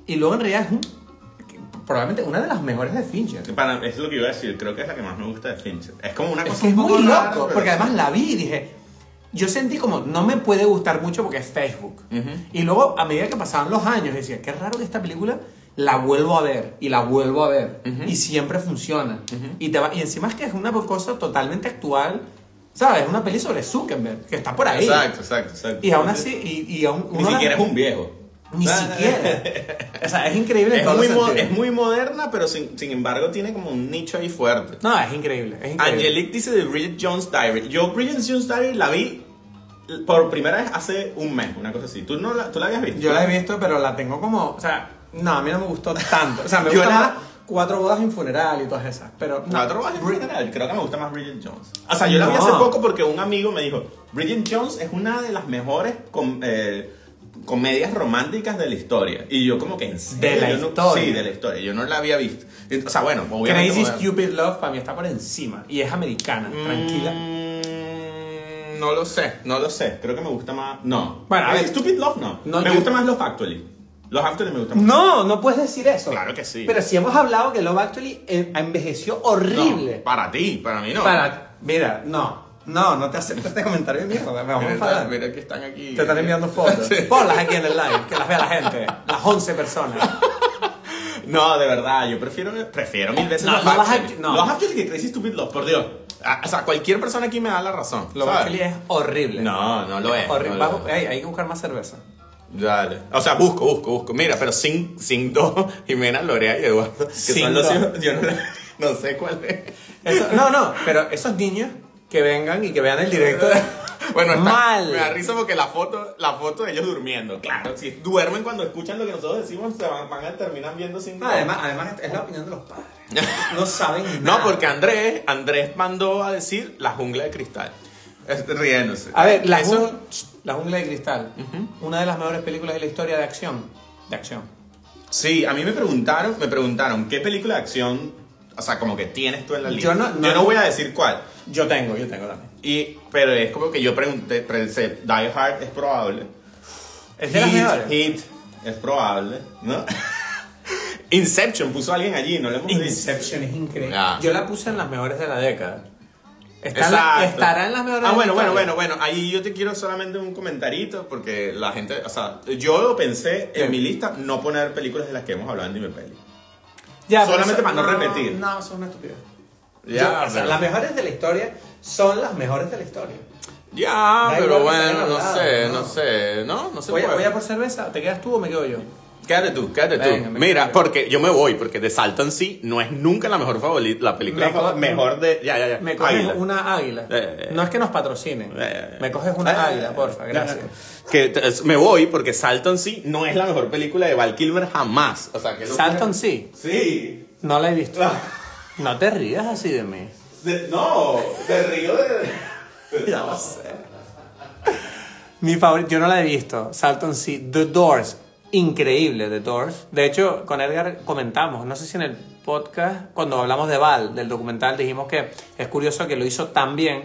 C: Y luego en realidad es un- que- probablemente una de las mejores de Fincher.
B: Para, es lo que iba a decir, creo que es la que más me gusta de Fincher. Es como una
C: Es
B: cosa
C: que es
B: un poco
C: muy
B: rara,
C: loco,
B: pero-
C: porque además la vi y dije, yo sentí como, no me puede gustar mucho porque es Facebook.
B: Ujú.
C: Y luego, a medida que pasaban los años, decía, qué raro que esta película la vuelvo a ver y la vuelvo a ver. Y siempre funciona. y, te va- y encima es que es una cosa totalmente actual, ¿sabes? Una peli sobre Zuckerberg, que está por ahí.
B: Exacto, exacto, exacto.
C: Y aún así, y, y aún...
B: Ni
C: uno la-
B: siquiera es un viejo.
C: Ni
B: No, no, no.
C: siquiera. o sea, es increíble. en
B: Es
C: todos los
B: muy, mo-
C: sentidos.
B: es muy moderna, pero sin, sin embargo tiene como un nicho ahí fuerte.
C: No, es increíble. Es increíble.
B: Angelique dice de Bridget Jones Diary. Yo Bridget Jones Diary la vi por primera vez hace un mes, una cosa así. ¿Tú, no la, tú la habías visto?
C: Yo la he visto, pero la tengo como. O sea, no, a mí no me gustó tanto. O sea, me
B: Yo
C: gustan
B: la-
C: más cuatro bodas y un funeral y todas esas. Pero. No,
B: Cuatro bodas en general, creo que me gusta más Bridget Jones. O sea, yo la vi
C: No.
B: hace poco porque un amigo me dijo, Bridget Jones es una de las mejores com- eh, comedias románticas de la historia. Y yo como que en serio,
C: De la
B: yo no-
C: historia.
B: sí, de la historia. Yo no la había visto. O sea, bueno, obviamente...
C: Crazy
B: como-
C: Stupid Love para mí está por encima. Y es americana, tranquila.
B: Mm, No lo sé, no lo sé. Creo que me gusta más... No.
C: Bueno, a
B: Crazy
C: ver.
B: Stupid Love no.
C: No,
B: me
C: yo-
B: gusta más Love Actually. Love Actually me gusta más.
C: No, no puedes decir eso.
B: Claro que sí.
C: Pero si hemos hablado que Love Actually eh, envejeció horrible.
B: No, para ti, para mí no.
C: Para. Mira, no. No, no te acepto este comentario de mierda. Me vamos a
B: Mira,
C: enfadar.
B: mira que están aquí.
C: Te están enviando fotos.
B: Sí.
C: Ponlas aquí en el live, que las vea la gente. Las 11 personas.
B: No, de verdad, yo prefiero, prefiero mil veces
C: No,
B: los
C: no vas a-
B: Actually.
C: no.
B: Los Actually que Crazy Stupid Love, por Dios. Ah, o sea, cualquier persona aquí me da la razón.
C: Love
B: ¿sabes?
C: Actually es horrible.
B: No, no lo es.
C: Horri-
B: no lo
C: Vamos-
B: es.
C: ey, hay que buscar más cerveza.
B: Dale. O sea, busco, busco, busco. Mira, pero sin, sin dos, Jimena, Lorea y Eduardo. Que
C: Sin
B: son los
C: dos.
B: hijos- Yo no, la- no sé cuál es.
C: Eso- no, no, pero esos niños que vengan y que vean el directo.
B: Bueno, está,
C: Mal.
B: me da risa porque la foto, la foto de ellos durmiendo. Claro, si duermen cuando escuchan lo que nosotros decimos, se van, van a terminar viendo sin
C: No, además, además es la opinión de los padres. No saben
B: No,
C: nada.
B: porque Andrés, Andrés mandó a decir la jungla de cristal. Ah, Es- Riéndose.
C: A ver, la,
B: Eso-
C: jungla, la jungla de cristal. Una de las mejores películas de la historia de acción. De acción.
B: Sí, a mí me preguntaron, me preguntaron qué película de acción, o sea, como que tienes tú en la lista.
C: Yo no- no-
B: voy a decir cuál.
C: Yo tengo, yo tengo también.
B: Y, pero es como que yo pregunté, pensé, Die Hard es probable.
C: Es de las
B: Heat,
C: mejores.
B: Heat es probable, ¿no? Inception puso a alguien allí, no le hemos dicho.
C: Inception es increíble.
B: Ya.
C: Yo la puse en las mejores de la década. Está en la-
B: Exacto.
C: estará en las mejores
B: Ah,
C: de
B: bueno,
C: la
B: bueno,
C: historia.
B: bueno, bueno. Ahí yo te quiero solamente un comentarito porque la gente, o sea, yo pensé
C: ¿Qué?
B: en mi lista no poner películas de las que hemos hablado en Dime Peli.
C: Ya, pero
B: Solamente
C: eso-
B: para no repetir.
C: No, son una estupidez.
B: Ya,
C: Yo- o sea,
B: pero-
C: las mejores de la historia son las mejores de la historia.
B: Ya,
C: Da
B: pero
C: igual que
B: bueno,
C: se hayan
B: no
C: hablado,
B: sé,
C: ¿no?
B: no sé, ¿no? No se
C: Voy a,
B: puede. Eh,
C: voy a por cerveza, ¿te quedas tú o me quedo yo?
B: Quédate tú, quédate tú.
C: Venga, me
B: Mira,
C: quedo.
B: porque yo me voy, porque The Saltancy no es nunca la mejor favorita, la película
C: Me co-
B: favor- mejor de... Ya, ya, ya.
C: Me coges
B: Águila.
C: una águila.
B: Eh.
C: No es que nos patrocinen.
B: Eh.
C: Me coges una
B: Eh,
C: águila, porfa,
B: eh,
C: gracias.
B: Que t- es- me voy porque Saltancy no es la mejor película de Val Kilmer jamás. O sea, que no-
C: Salton sí.
B: Sí.
C: No la he visto. No te rías así de mí.
B: De- no, te río de...
C: Ya lo sé. Mi favorito, yo no la he visto. Salton sí. The Doors. Increíble, The Doors. De hecho, con Edgar comentamos, no sé si en el podcast, cuando hablamos de Val, del documental, dijimos que es curioso que lo hizo tan bien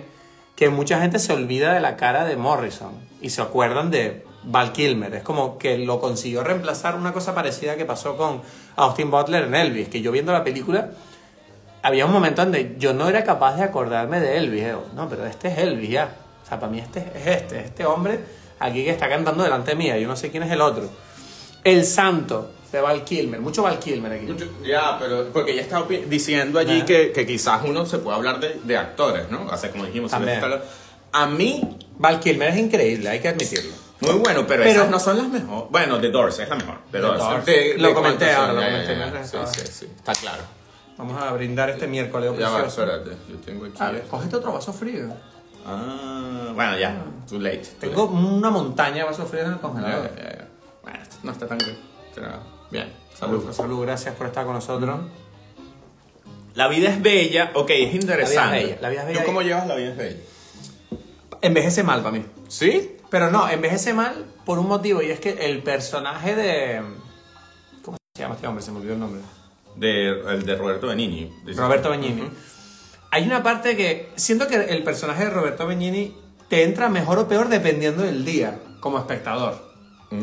C: que mucha gente se olvida de la cara de Morrison y se acuerdan de Val Kilmer. Es como que lo consiguió reemplazar una cosa parecida que pasó con Austin Butler en Elvis, que yo viendo la película había un momento donde yo no era capaz de acordarme de Elvis. eh, No, pero este es Elvis ya. O sea, para mí este es este, este hombre aquí que está cantando delante mía. Yo no sé quién es el otro. El Santo de Val Kilmer. Mucho Val Kilmer aquí.
B: Ya, pero porque ya estaba pi- diciendo allí
C: Ah.
B: que, que quizás uno se puede hablar de, de actores, ¿no? O sea, como dijimos,
C: También.
B: Sylvester Stallone. a mí
C: Val Kilmer es increíble, hay que admitirlo.
B: Muy bueno, pero,
C: Pero-
B: esas no son las mejores. Bueno, The Doors es la mejor. The Doors.
C: Doors.
B: De-
C: Lo
B: de
C: comenté
B: cuántas
C: ahora,
B: son,
C: lo
B: ya, ya,
C: comenté.
B: ya. Sí, sí, sí. Está claro.
C: Vamos a brindar este miércoles
B: Ya va,
C: precioso.
B: espérate. Yo tengo aquí.
C: A ver, cógete otro vaso frío.
B: Ah, bueno, ya. Too late. too
C: Tengo una montaña de vasos fríos en el
B: late. Ya,
C: congelador.
B: ya, ya. Bueno, esto no está tan bien. Pero bien. Salud.
C: Salud, salud, gracias por estar con nosotros.
B: La vida es bella. Ok, es interesante.
C: bella, la vida es bella.
B: ¿Tú cómo llevas la vida es bella?
C: Envejece mal para mí.
B: ¿Sí?
C: Pero no, envejece mal por un motivo y es que el personaje de. ¿Cómo se llama este hombre? Se me olvidó el nombre.
B: De, el de Roberto Benigni. dices tú.
C: Roberto Benigni. Hay una parte que siento que el personaje de Roberto Benigni te entra mejor o peor dependiendo del día, como espectador.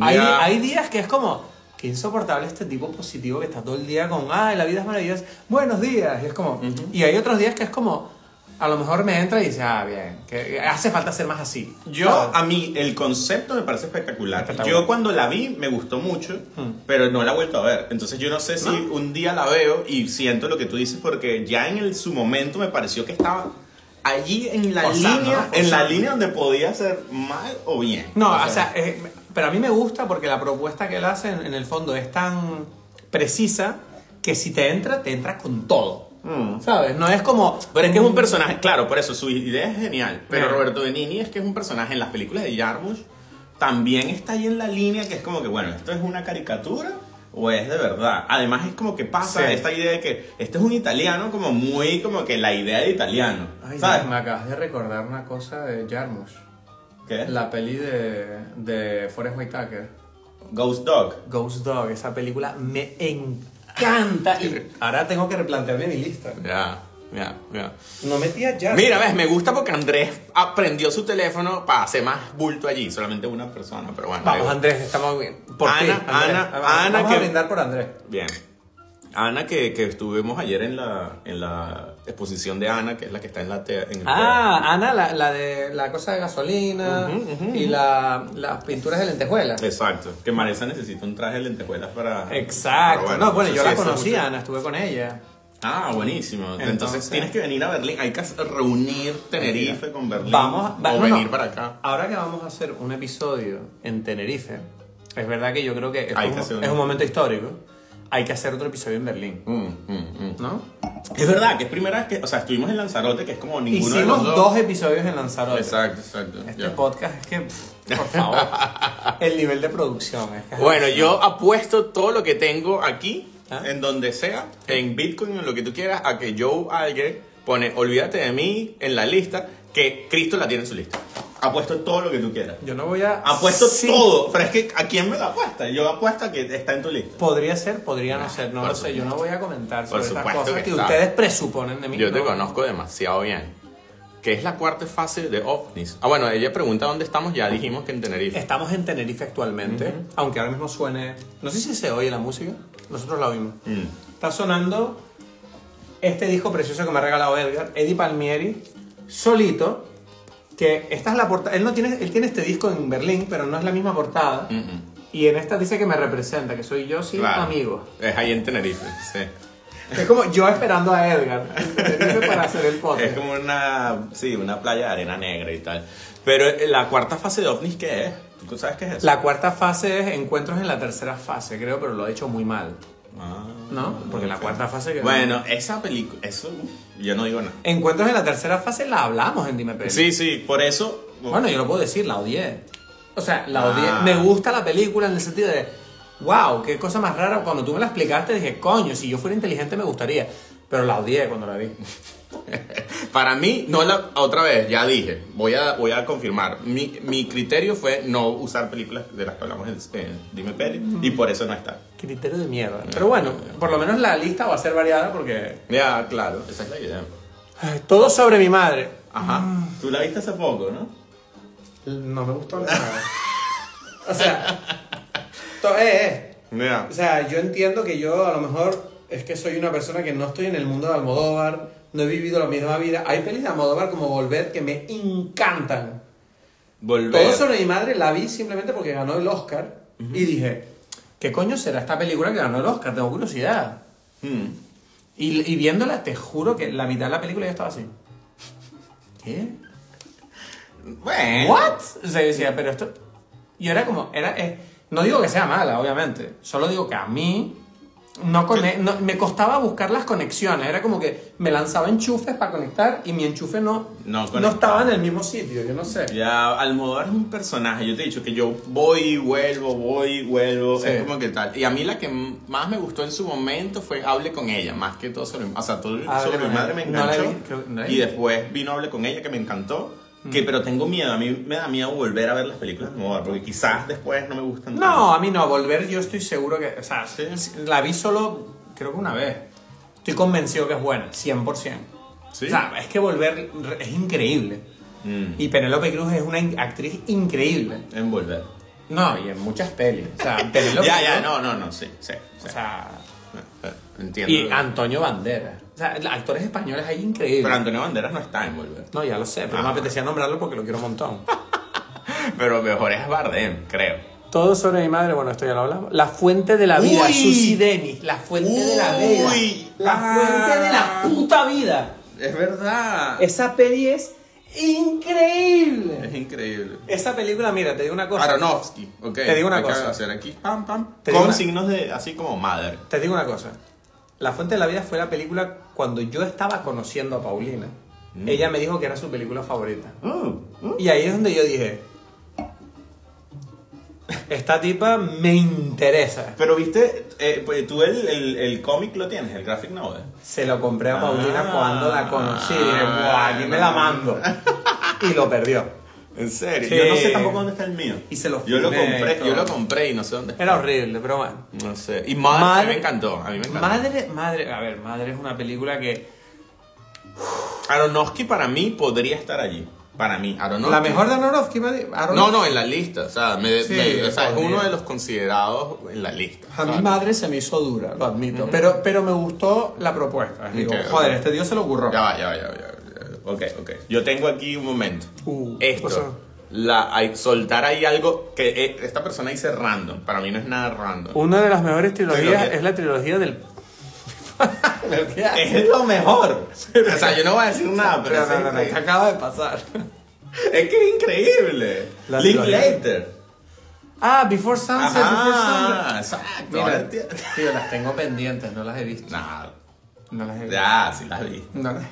C: Hay,
B: Ya.
C: hay días que es como, qué insoportable este tipo positivo que está todo el día con, ay, la vida es maravillosa, buenos días. Y, es como, y hay otros días que es como, a lo mejor me entra y dice, ah, bien, que hace falta ser más así.
B: Yo,
C: ¿Sabes?
B: a mí, el concepto me parece espectacular.
C: Espectacular. Hmm.
B: Yo cuando la vi me gustó mucho, pero no la he vuelto a ver. Entonces yo no sé
C: Ah.
B: si un día la veo y siento lo que tú dices, porque ya en el- su momento me pareció que estaba allí en la
C: Forzando,
B: línea,
C: ¿no?
B: en la
C: Forzando.
B: línea donde podía ser mal o bien.
C: No, o sea, eh, pero a mí me gusta porque la propuesta que él hace en, en el fondo es tan precisa que si te entra, te entra con todo.
B: Mm.
C: ¿Sabes? No es como.
B: Pero es que es un personaje, claro, por eso su idea es genial. Pero
C: Claro.
B: Roberto Benigni es que es un personaje en las películas de Jarmusch. También está ahí en la línea que es como que, bueno, esto es una caricatura o es de verdad. Además es como que pasa
C: Sí.
B: esta idea de que este es un italiano como muy como que la idea de italiano.
C: Ay,
B: ¿Sabes?
C: me acabas de recordar una cosa de Jarmusch.
B: ¿Qué?
C: La peli de, de Forrest Whitaker.
B: Ghost Dog.
C: Ghost Dog, esa película me encanta. Y ahora tengo que replantearme mi lista.
B: Ya, ya, ya.
C: No metía Jarmusch.
B: Mira, ves, me gusta porque Andrés aprendió su teléfono para hacer más bulto allí. Solamente una persona, pero bueno. le
C: Vamos,
B: gusta.
C: Andrés, estamos bien. Por
B: Ana,
C: ti, Andrés.
B: Ana,
C: Vamos a-
B: Ana,
C: Vamos
B: que-
C: a brindar por Andrés.
B: Bien. Ana, que, que estuvimos ayer en la, en la exposición de Ana, que es la que está en la te- en el
C: Ah, Ana, la, la de la cosa de gasolina y la- las pinturas de lentejuelas.
B: Exacto. Que Maresa necesita un traje de lentejuelas para.
C: Exacto.
B: pero
C: no, bueno,
B: sé
C: yo
B: si
C: la
B: eso es
C: conocí,
B: mucho.
C: Ana, estuve con ella.
B: Ah, buenísimo. Entonces,
C: Entonces-
B: tienes que venir a Berlín. Hay que reunir Tenerife con Berlín.
C: Vamos, va-
B: o
C: no,
B: venir
C: no.
B: para acá.
C: Ahora que vamos a hacer un episodio en Tenerife, es verdad que yo creo que es,
B: Hay que
C: un,
B: hacer un-
C: es un momento histórico. Hay que hacer otro episodio en Berlín,
B: Mm, mm, mm.
C: ¿no?
B: Es verdad que es primera vez que. O sea, estuvimos en Lanzarote, que es como ninguno de
C: Hicimos
B: los
C: dos.
B: dos.
C: episodios en Lanzarote.
B: Exacto, exacto.
C: Este
B: Ya.
C: podcast es que, pff, por favor, el nivel de producción es que es
B: Bueno, yo apuesto todo lo que tengo aquí,
C: ¿Ah?
B: en donde sea, en Bitcoin, en lo que tú quieras, a que Joe Alger pone olvídate de mí en la lista, que Cristo la tiene en su lista. Apuesto todo lo que tú quieras.
C: Yo no voy a...
B: Apuesto
C: Sí.
B: todo, pero es que ¿a quién me lo apuesta? Yo apuesto a que está en tu lista.
C: Podría ser, podría no ser, no
B: por
C: lo sé. Yo no voy a comentar
B: Por
C: sobre estas
B: supuesto
C: cosas
B: que
C: que,
B: está.
C: ustedes presuponen de mí.
B: Yo te
C: No.
B: conozco demasiado bien. Que es la cuarta fase de OVNIS. Ah, bueno, ella pregunta dónde estamos, ya dijimos que en Tenerife.
C: Estamos en Tenerife actualmente, aunque ahora mismo suene. No sé si se oye la música, nosotros la oímos.
B: Mm.
C: Está sonando este disco precioso que me ha regalado Edgar, Eddie Palmieri, solito. Que esta es la portada. Él, no tiene, él tiene este disco en Berlín, pero no es la misma portada.
B: Mm, mm.
C: Y en esta dice que me representa, que soy yo sin
B: Claro.
C: amigos.
B: Es ahí en Tenerife, sí.
C: Es como yo esperando a Edgar. Tenerife para hacer el
B: Es
C: podcast.
B: como una, sí, una playa de arena negra y tal. Pero eh, la cuarta fase de ovnis, ¿qué es? ¿Tú sabes qué es eso?
C: La cuarta fase es encuentros en la tercera fase, creo, pero lo ha hecho muy mal.
B: Ah,
C: ¿No? Porque la cuarta fase que-
B: Bueno, esa película, eso, uh, yo no digo nada.
C: Encuentros en la tercera fase la hablamos en Dime Peli.
B: Sí, sí, por eso.
C: Bueno, yo lo puedo decir, la odié. O sea, la odié.
B: Ah.
C: Me gusta la película en el sentido de, wow, qué cosa más rara. Cuando tú me la explicaste dije, coño, si yo fuera inteligente me gustaría. Pero la odié cuando la vi.
B: Para mí, no la. Otra vez, ya dije, voy a, voy a confirmar. Mi, mi criterio fue no usar películas de las que hablamos en, en Dime Peli, y por eso no está.
C: Criterio de mierda. Pero bueno, por lo menos la lista va a ser variada porque...
B: Ya, claro, esa es la idea.
C: Ay, Todo sobre mi madre.
B: Ajá.
C: Ah.
B: Tú la viste hace poco, ¿no?
C: No me gustó nada. o sea... to- eh, eh.
B: Ya.
C: O sea, yo entiendo que yo a lo mejor es que soy una persona que no estoy en el mundo de Almodóvar, no he vivido la misma vida. Hay pelis de Almodóvar como Volver que me encantan.
B: Volver.
C: Todo sobre mi madre la vi simplemente porque ganó el Oscar y dije, ¿qué coño será esta película que ganó el Oscar? Tengo curiosidad.
B: Mm.
C: Y, y viéndola, te juro que la mitad de la película yo estaba así. ¿Qué?
B: Bueno.
C: ¿What? O sea, yo decía, pero esto... Yo era como, era... eh, no digo que sea mala, obviamente. Solo digo que a mí no, cone- no- me costaba buscar las conexiones. Era como que me lanzaba enchufes para conectar y mi enchufe no,
B: No
C: no
B: conectaba.
C: estaba en el mismo sitio, yo no sé.
B: Ya, Almodóvar es un personaje. Yo te he dicho que yo voy, vuelvo, voy, vuelvo.
C: Sí.
B: Es como que tal. Y a mí la que m- más me gustó en su momento fue Hable con ella, más que todo sobre, o sea, todo
C: Hable
B: sobre
C: con
B: mi madre
C: ella.
B: me
C: No la
B: enganchó.
C: vi, creo que no la vi. Mm.
B: y después vino Hable con ella, que me encantó. Que, pero tengo miedo, a mí me da miedo volver a ver las películas de Almodóvar, porque quizás después no me gustan.
C: No,
B: tanto.
C: a mí no. Volver yo estoy seguro que... O sea,
B: Sí.
C: la vi solo creo que una vez. Estoy convencido que es buena, 100%.
B: Sí.
C: O sea, es que volver re- es increíble.
B: Mm,
C: Y Penélope Cruz es una in- actriz increíble.
B: en volver.
C: No, y en muchas pelis. O sea, Penélope
B: ya,
C: Cruz-
B: ya, no, no, no, sí, sí. sí.
C: O sea,
B: Eh, entiendo.
C: y Antonio Banderas. O sea, actores españoles ahí increíbles.
B: pero Antonio Banderas no está en volver.
C: No, ya lo sé, pero
B: Ah.
C: me apetecía nombrarlo porque lo quiero un montón.
B: Pero mejor es Bardem, creo.
C: Todo sobre mi madre, bueno, esto ya lo hablamos. La fuente de la vida,
B: Uy.
C: Susi Denis. La fuente de la vida.
B: Uy.
C: La fuente de la
B: Ah.
C: puta vida.
B: Es verdad.
C: Esa peli es
B: Es
C: increíble.
B: increíble.
C: Esa película, mira, te digo una cosa.
B: Aronofsky, ok.
C: Te digo una
B: Acaba
C: cosa.
B: de hacer aquí, pam, pam.
C: Te digo
B: con
C: una-
B: signos de así como madre.
C: Te digo una cosa. La Fuente de la Vida fue la película cuando yo estaba conociendo a Paulina.
B: Mm.
C: Ella me dijo que era su película favorita.
B: Uh,
C: Y ahí es donde yo dije, esta tipa me interesa.
B: Pero viste, eh, pues, tú el, el, el cómic lo tienes, el graphic novel.
C: Se lo compré a Paulina
B: Ah.
C: cuando la conocí. Y dije, "Buah, aquí me la mando. Y lo perdió.
B: En serio.
C: Sí.
B: Yo no sé tampoco dónde está el mío.
C: Y se lo
B: Yo lo
C: firmé y
B: compré,
C: todo.
B: yo lo compré y no sé dónde. está.
C: Era horrible, pero bueno.
B: No sé. Y madre,
C: Madre-
B: a mí me encantó. A mí me encantó.
C: Madre, madre, a ver, madre es una película que...
B: Aronofsky para mí podría estar allí. Para mí, Aronofsky.
C: La mejor de Aronofsky, madre.
B: No, no, en la lista. O sea, me-
C: Sí,
B: me- o sea, es
C: podría.
B: uno de los considerados en la lista.
C: A mi
B: ¿sabes?
C: madre se me hizo dura, lo admito. pero, pero me gustó la propuesta. Digo,
B: Ok, ok.
C: joder, este tío se lo ocurrió.
B: Ya va, ya va, ya va, ya va, ya va. Ok, ok. Yo tengo aquí un momento.
C: Uh,
B: Esto.
C: o sea-
B: la, hay- soltar ahí algo que eh, esta persona dice random. Para mí no es nada random.
C: Una de las mejores trilogías
B: Trilogía.
C: es la trilogía del... Pero ¿qué haces?
B: Es lo mejor. o sea, yo no voy a decir nada, pero,
C: Pero,
B: es,
C: pero, pero, ¿qué
B: increíble.
C: acaba de pasar?
B: Es que es increíble.
C: La trilogía.
B: Linklater.
C: Ah, Before Sunset,
B: Ajá,
C: Before
B: exacto.
C: Sunset.
B: Ahora
C: Mira,
B: tie-
C: tío, las tengo pendientes, no las he visto.
B: Nah,
C: No las he visto.
B: ya, sí la vi.
C: No, las-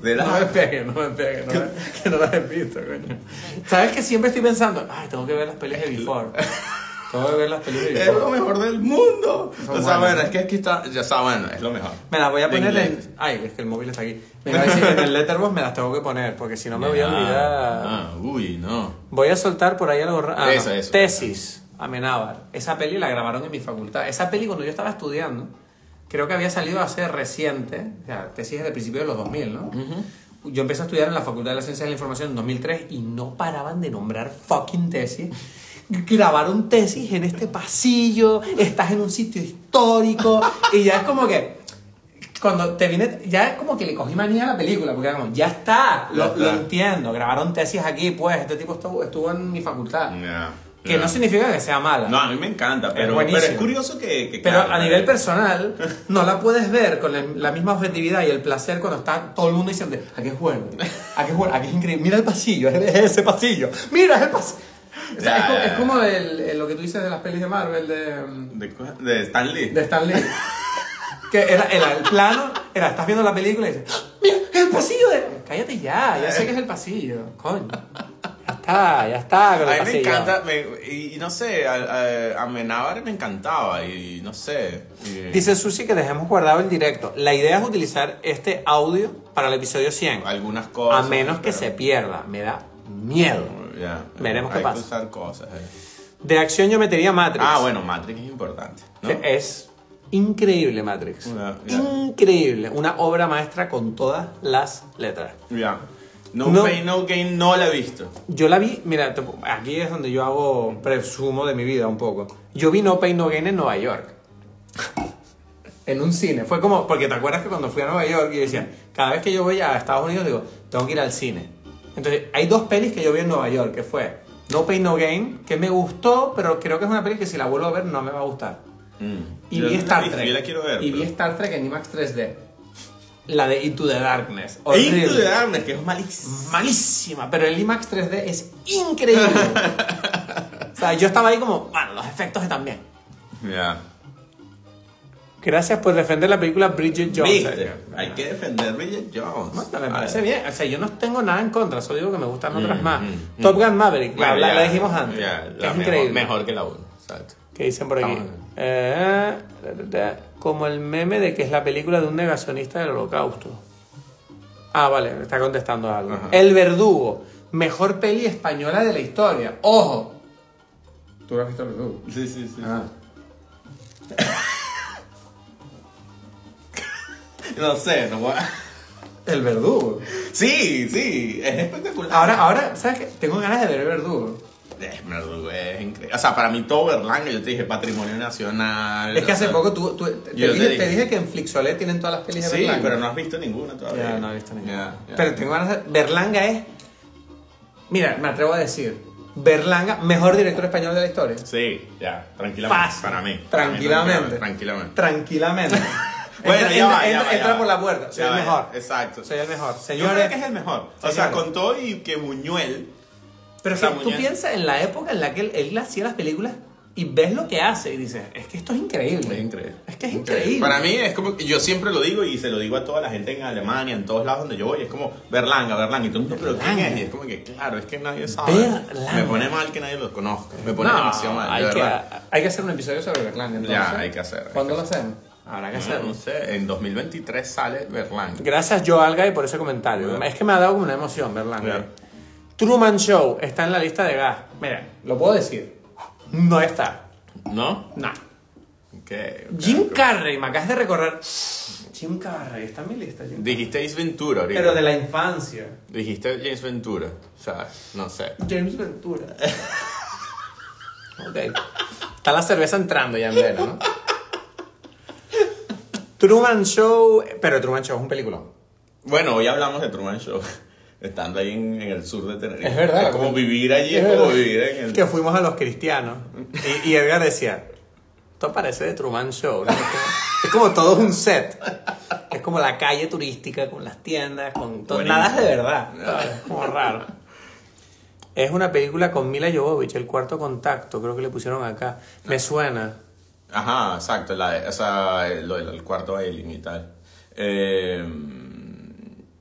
B: De
C: no me
B: la-
C: pegues, no me pegues, no me- que no las he visto, coño. ¿Sabes que siempre estoy pensando? Ay, tengo que ver las pelis de Before. Tengo que ver las pelis de
B: Es lo
C: Before.
B: mejor del mundo.
C: Son
B: O sea,
C: buenas.
B: bueno, es que aquí está. Ya está, bueno, es lo mejor.
C: Me las voy a poner
B: Linklater.
C: en... Ay, es que el móvil está aquí. Me voy a decir que en el letterbox me las tengo que poner, porque si no me voy a
B: Ah,
C: olvidar...
B: ah, uy, no.
C: Voy a soltar por ahí algo ra- ah,
B: Eso,
C: no.
B: eso.
C: Tesis, Amenábar. Esa peli la grabaron en mi facultad. Esa peli cuando yo estaba estudiando, creo que había salido hace reciente, o sea, tesis es de principios de los 2000, ¿no? Yo empecé a estudiar en la Facultad de la Ciencia de la Información en 2003 y no paraban de nombrar fucking tesis. Grabaron tesis en este pasillo, estás en un sitio histórico y ya es como que... Cuando te vine, ya es como que le cogí manía a la película, porque era como, ya está, lo,
B: Ya está.
C: lo entiendo, grabaron tesis aquí, pues, este tipo estuvo, estuvo en mi facultad.
B: Ya.
C: Que no significa que sea mala.
B: No, a mí me encanta, pero pero es,
C: buenísimo.
B: curioso que. que,
C: Pero
B: claro,
C: a nivel personal, no la puedes ver con la, la misma objetividad y el placer cuando está todo el mundo diciendo, ¿a qué es bueno? ¿A qué es bueno? ¿A qué es increíble? Mira el pasillo, es ese pasillo. Mira, es el pasillo. O
B: Ya,
C: sea, es co-
B: ya,
C: es,
B: ya.
C: como el- el- lo que tú dices de las pelis de Marvel de, mm,
B: De, co- de Stan Lee.
C: de Stan Lee. que era, era el plano, era, estás viendo la película y dices, "¡Ah! mira, es el pasillo de... Cállate ya, ya sé que es el pasillo. Coño. Ya está, ya está con el
B: a mí me
C: pasillo.
B: encanta, me- y, y no sé, a, a, Amenábar me encantaba, y no sé. y-
C: Dice Susi que dejemos guardado el directo. La idea es utilizar este audio para el episodio 100.
B: algunas
C: A
B: cosas.
C: menos que
B: pero-
C: se pierda. Me da miedo.
B: Ya.
C: Veremos
B: Hay
C: qué
B: que
C: pasa.
B: usar cosas. eh.
C: De acción yo metería Matrix.
B: Ah, bueno, Matrix es importante. ¿no?
C: Que Es increíble Matrix.
B: Ya, ya.
C: Increíble. Una obra maestra con todas las letras.
B: Ya. No,
C: No.
B: Pain, No Gain no la he visto.
C: Yo la vi, mira, te- aquí es donde yo hago presumo de mi vida un poco. Yo vi No Pain No Gain en Nueva York. En un cine. Fue como, porque te acuerdas que cuando fui a Nueva York yo decía, cada vez que yo voy a Estados Unidos digo, tengo que ir al cine. Entonces, hay dos pelis que yo vi en Nueva York, que fue No Pain No Gain, que me gustó, pero creo que es una peli que si la vuelvo a ver no me va a gustar.
B: Mm.
C: Y
B: Yo no
C: vi
B: la he
C: Star
B: visto,
C: Trek.
B: Yo la quiero ver.
C: y vi
B: pero-
C: Star Trek en IMAX 3D. La de Into the Darkness.
B: Into the
C: Horrible.
B: Darkness, que es malísimo.
C: malísima, pero el IMAX 3D es increíble. o sea, yo estaba ahí como, bueno, los efectos están bien.
B: Ya.
C: Gracias por defender la película Bridget Jones.
B: Viste, hay que defender a Bridget Jones.
C: Bueno, me
B: A
C: parece
B: ver.
C: bien. O sea, yo no tengo nada en contra, solo digo que me gustan otras
B: Mm,
C: más.
B: mm,
C: Top
B: mm.
C: Gun Maverick, la,
B: Bueno,
C: la-
B: ya,
C: la dijimos antes.
B: ya,
C: que
B: la
C: es
B: mejor-
C: increíble.
B: Mejor que la 1. Exacto.
C: ¿Qué dicen por aquí?
B: Estamos bien.
C: Eh, da, da, da, como el meme de que es la película de un negacionista del holocausto. Ah, vale, me está contestando algo.
B: Ajá.
C: El verdugo, mejor peli española de la historia. ¡Ojo! Ah. ¿Tú no has visto el verdugo?
B: Sí, sí, sí. No sé, no voy a-
C: El verdugo.
B: Sí, sí, es espectacular.
C: Ahora, ahora, ¿sabes qué? Tengo ganas de ver el verdugo.
B: Es, verdugo, es increíble. O sea, para mí todo Berlanga, yo te dije patrimonio nacional.
C: Es que
B: o
C: hace
B: sea,
C: poco tú, tú- te, te
B: Yo te
C: dije,
B: dije.
C: te dije que en Flixolet tienen todas las pelis de
B: Sí,
C: Berlanga.
B: pero no has visto ninguna todavía.
C: Ya, no he visto ninguna.
B: Ah, Ya, ya.
C: Pero tengo ganas de... Berlanga es... Mira, me atrevo a decir. Berlanga, mejor director español de la historia.
B: Sí, ya, tranquilamente.
C: Fácil.
B: Para mí. para mí,
C: Tranquilamente.
B: Tranquilamente.
C: Tranquilamente.
B: Bueno,
C: entra,
B: ya va,
C: entra-
B: ya va, ya
C: entra
B: va.
C: por la puerta. Soy
B: Ya
C: el
B: va,
C: mejor.
B: Exacto.
C: Soy el mejor.
B: Yo creo
C: Señores,
B: que es el mejor. O sea,
C: señores.
B: con todo y que Buñuel.
C: Pero
B: o
C: es
B: sea,
C: que tú
B: Buñuel-
C: piensas en la época en la que él, él hacía las películas y ves lo que hace y dices, es que esto es increíble.
B: Es increíble.
C: Es que es increíble.
B: Para mí es como, yo siempre lo digo y se lo digo a toda la gente en Alemania, en todos lados donde yo voy, es como Berlanga, Berlanga, y todo el mundo, pero ¿quién
C: Berlanga.
B: es? Y es como que, claro, es que nadie sabe.
C: Berlanga.
B: Me pone mal que nadie lo conozca, me pone
C: No,
B: demasiado mal.
C: Hay
B: de
C: que,
B: verdad.
C: hay que hacer un episodio sobre Berlanga. entonces.
B: Ya, hay que hacer, Mm. hay
C: ¿Cuándo
B: que
C: lo hacemos? Habrá que
B: No,
C: hacerlo.
B: no sé, en 2023 sale Berlanga.
C: Gracias, Joalga, y por ese comentario.
B: Bueno.
C: Es que me ha dado como una emoción, Berlanga.
B: Ya.
C: Truman Show está en la lista de gas. Mira, lo puedo decir. No está.
B: ¿No?
C: No.
B: Okay, ok.
C: Jim Carrey, me acabas de recordar. Jim Carrey, está en mi lista. Jim Carrey.
B: Dijiste Ace Ventura ahorita.
C: Pero de la infancia.
B: Dijiste James Ventura. O sea, no sé.
C: James Ventura. ok. Está la cerveza entrando ya en vela, ¿no? Truman Show. Pero Truman Show es un peliculón.
B: Bueno, hoy hablamos de Truman Show. Estando ahí en, en el sur de Tenerife.
C: Es verdad.
B: Es como vivir allí, es,
C: Es
B: como
C: verdad.
B: vivir en el.
C: Que fuimos a los cristianos. Y, y Edgar decía: Esto parece de Truman Show. ¿no? Es, como, es como todo un set. Es como la calle turística con las tiendas, con todo.
B: Buenísimo.
C: Nada es de verdad. ¿sabes? Es como raro. Es una película con Mila Jovovich, El Cuarto Contacto, creo que le pusieron acá. Me suena.
B: Ajá, exacto, la de- o sea, lo del cuarto alien y tal. Eh,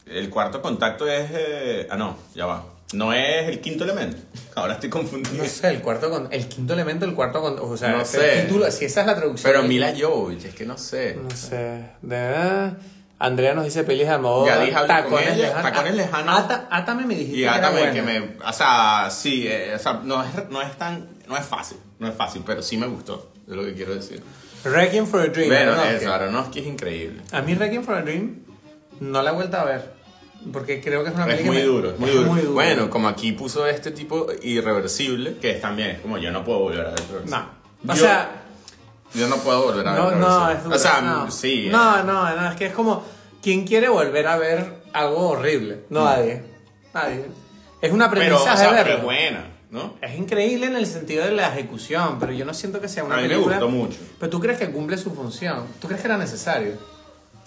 B: el cuarto contacto es... eh, ah, no, ya va. No es el quinto elemento. Ahora estoy confundido.
C: No sé, el cuarto con- el quinto elemento, el cuarto con, o sea,
B: No
C: ese
B: sé.
C: título, si esa es la traducción.
B: Pero Mila Jovovich, es que no sé.
C: No sé, de verdad. Andrea nos dice pelis de Almodóvar.
B: Ya dije, hablé con ella, Tacones Lejanos.
C: Ata- átame me dijiste
B: Y
C: que
B: ahora
C: Ah, era
B: también que
C: buena.
B: me... O sea, sí, eh, o sea, no es, no es tan... No es fácil, no es fácil, pero sí me gustó, es lo que quiero decir.
C: Requiem for a Dream.
B: Pero
C: ¿no?
B: eso, Aronofsky es increíble.
C: A mí Requiem for a Dream no la he vuelto a ver. Porque creo que es una
B: Es
C: película
B: muy duro, es muy duro.
C: muy duro.
B: Bueno, como aquí puso este tipo irreversible, que es también, como yo no puedo volver a ver Irreversible.
C: No. O
B: Yo-
C: sea,
B: Yo no puedo volver a ver
C: no, no,
B: Irreversible.
C: es duro.
B: O sea,
C: no.
B: sí. eh.
C: No, no, no, es que es como. ¿Quién quiere volver a ver algo horrible? No, nadie. Nadie. Es un
B: Pero, o
C: aprendizaje
B: Mm. sea,
C: verlo.
B: pero es buena. ¿no?
C: Es increíble en el sentido de la ejecución, pero yo no siento que sea una
B: A mí me
C: película-
B: gustó mucho.
C: Pero tú crees que cumple su función. ¿Tú crees que era necesario?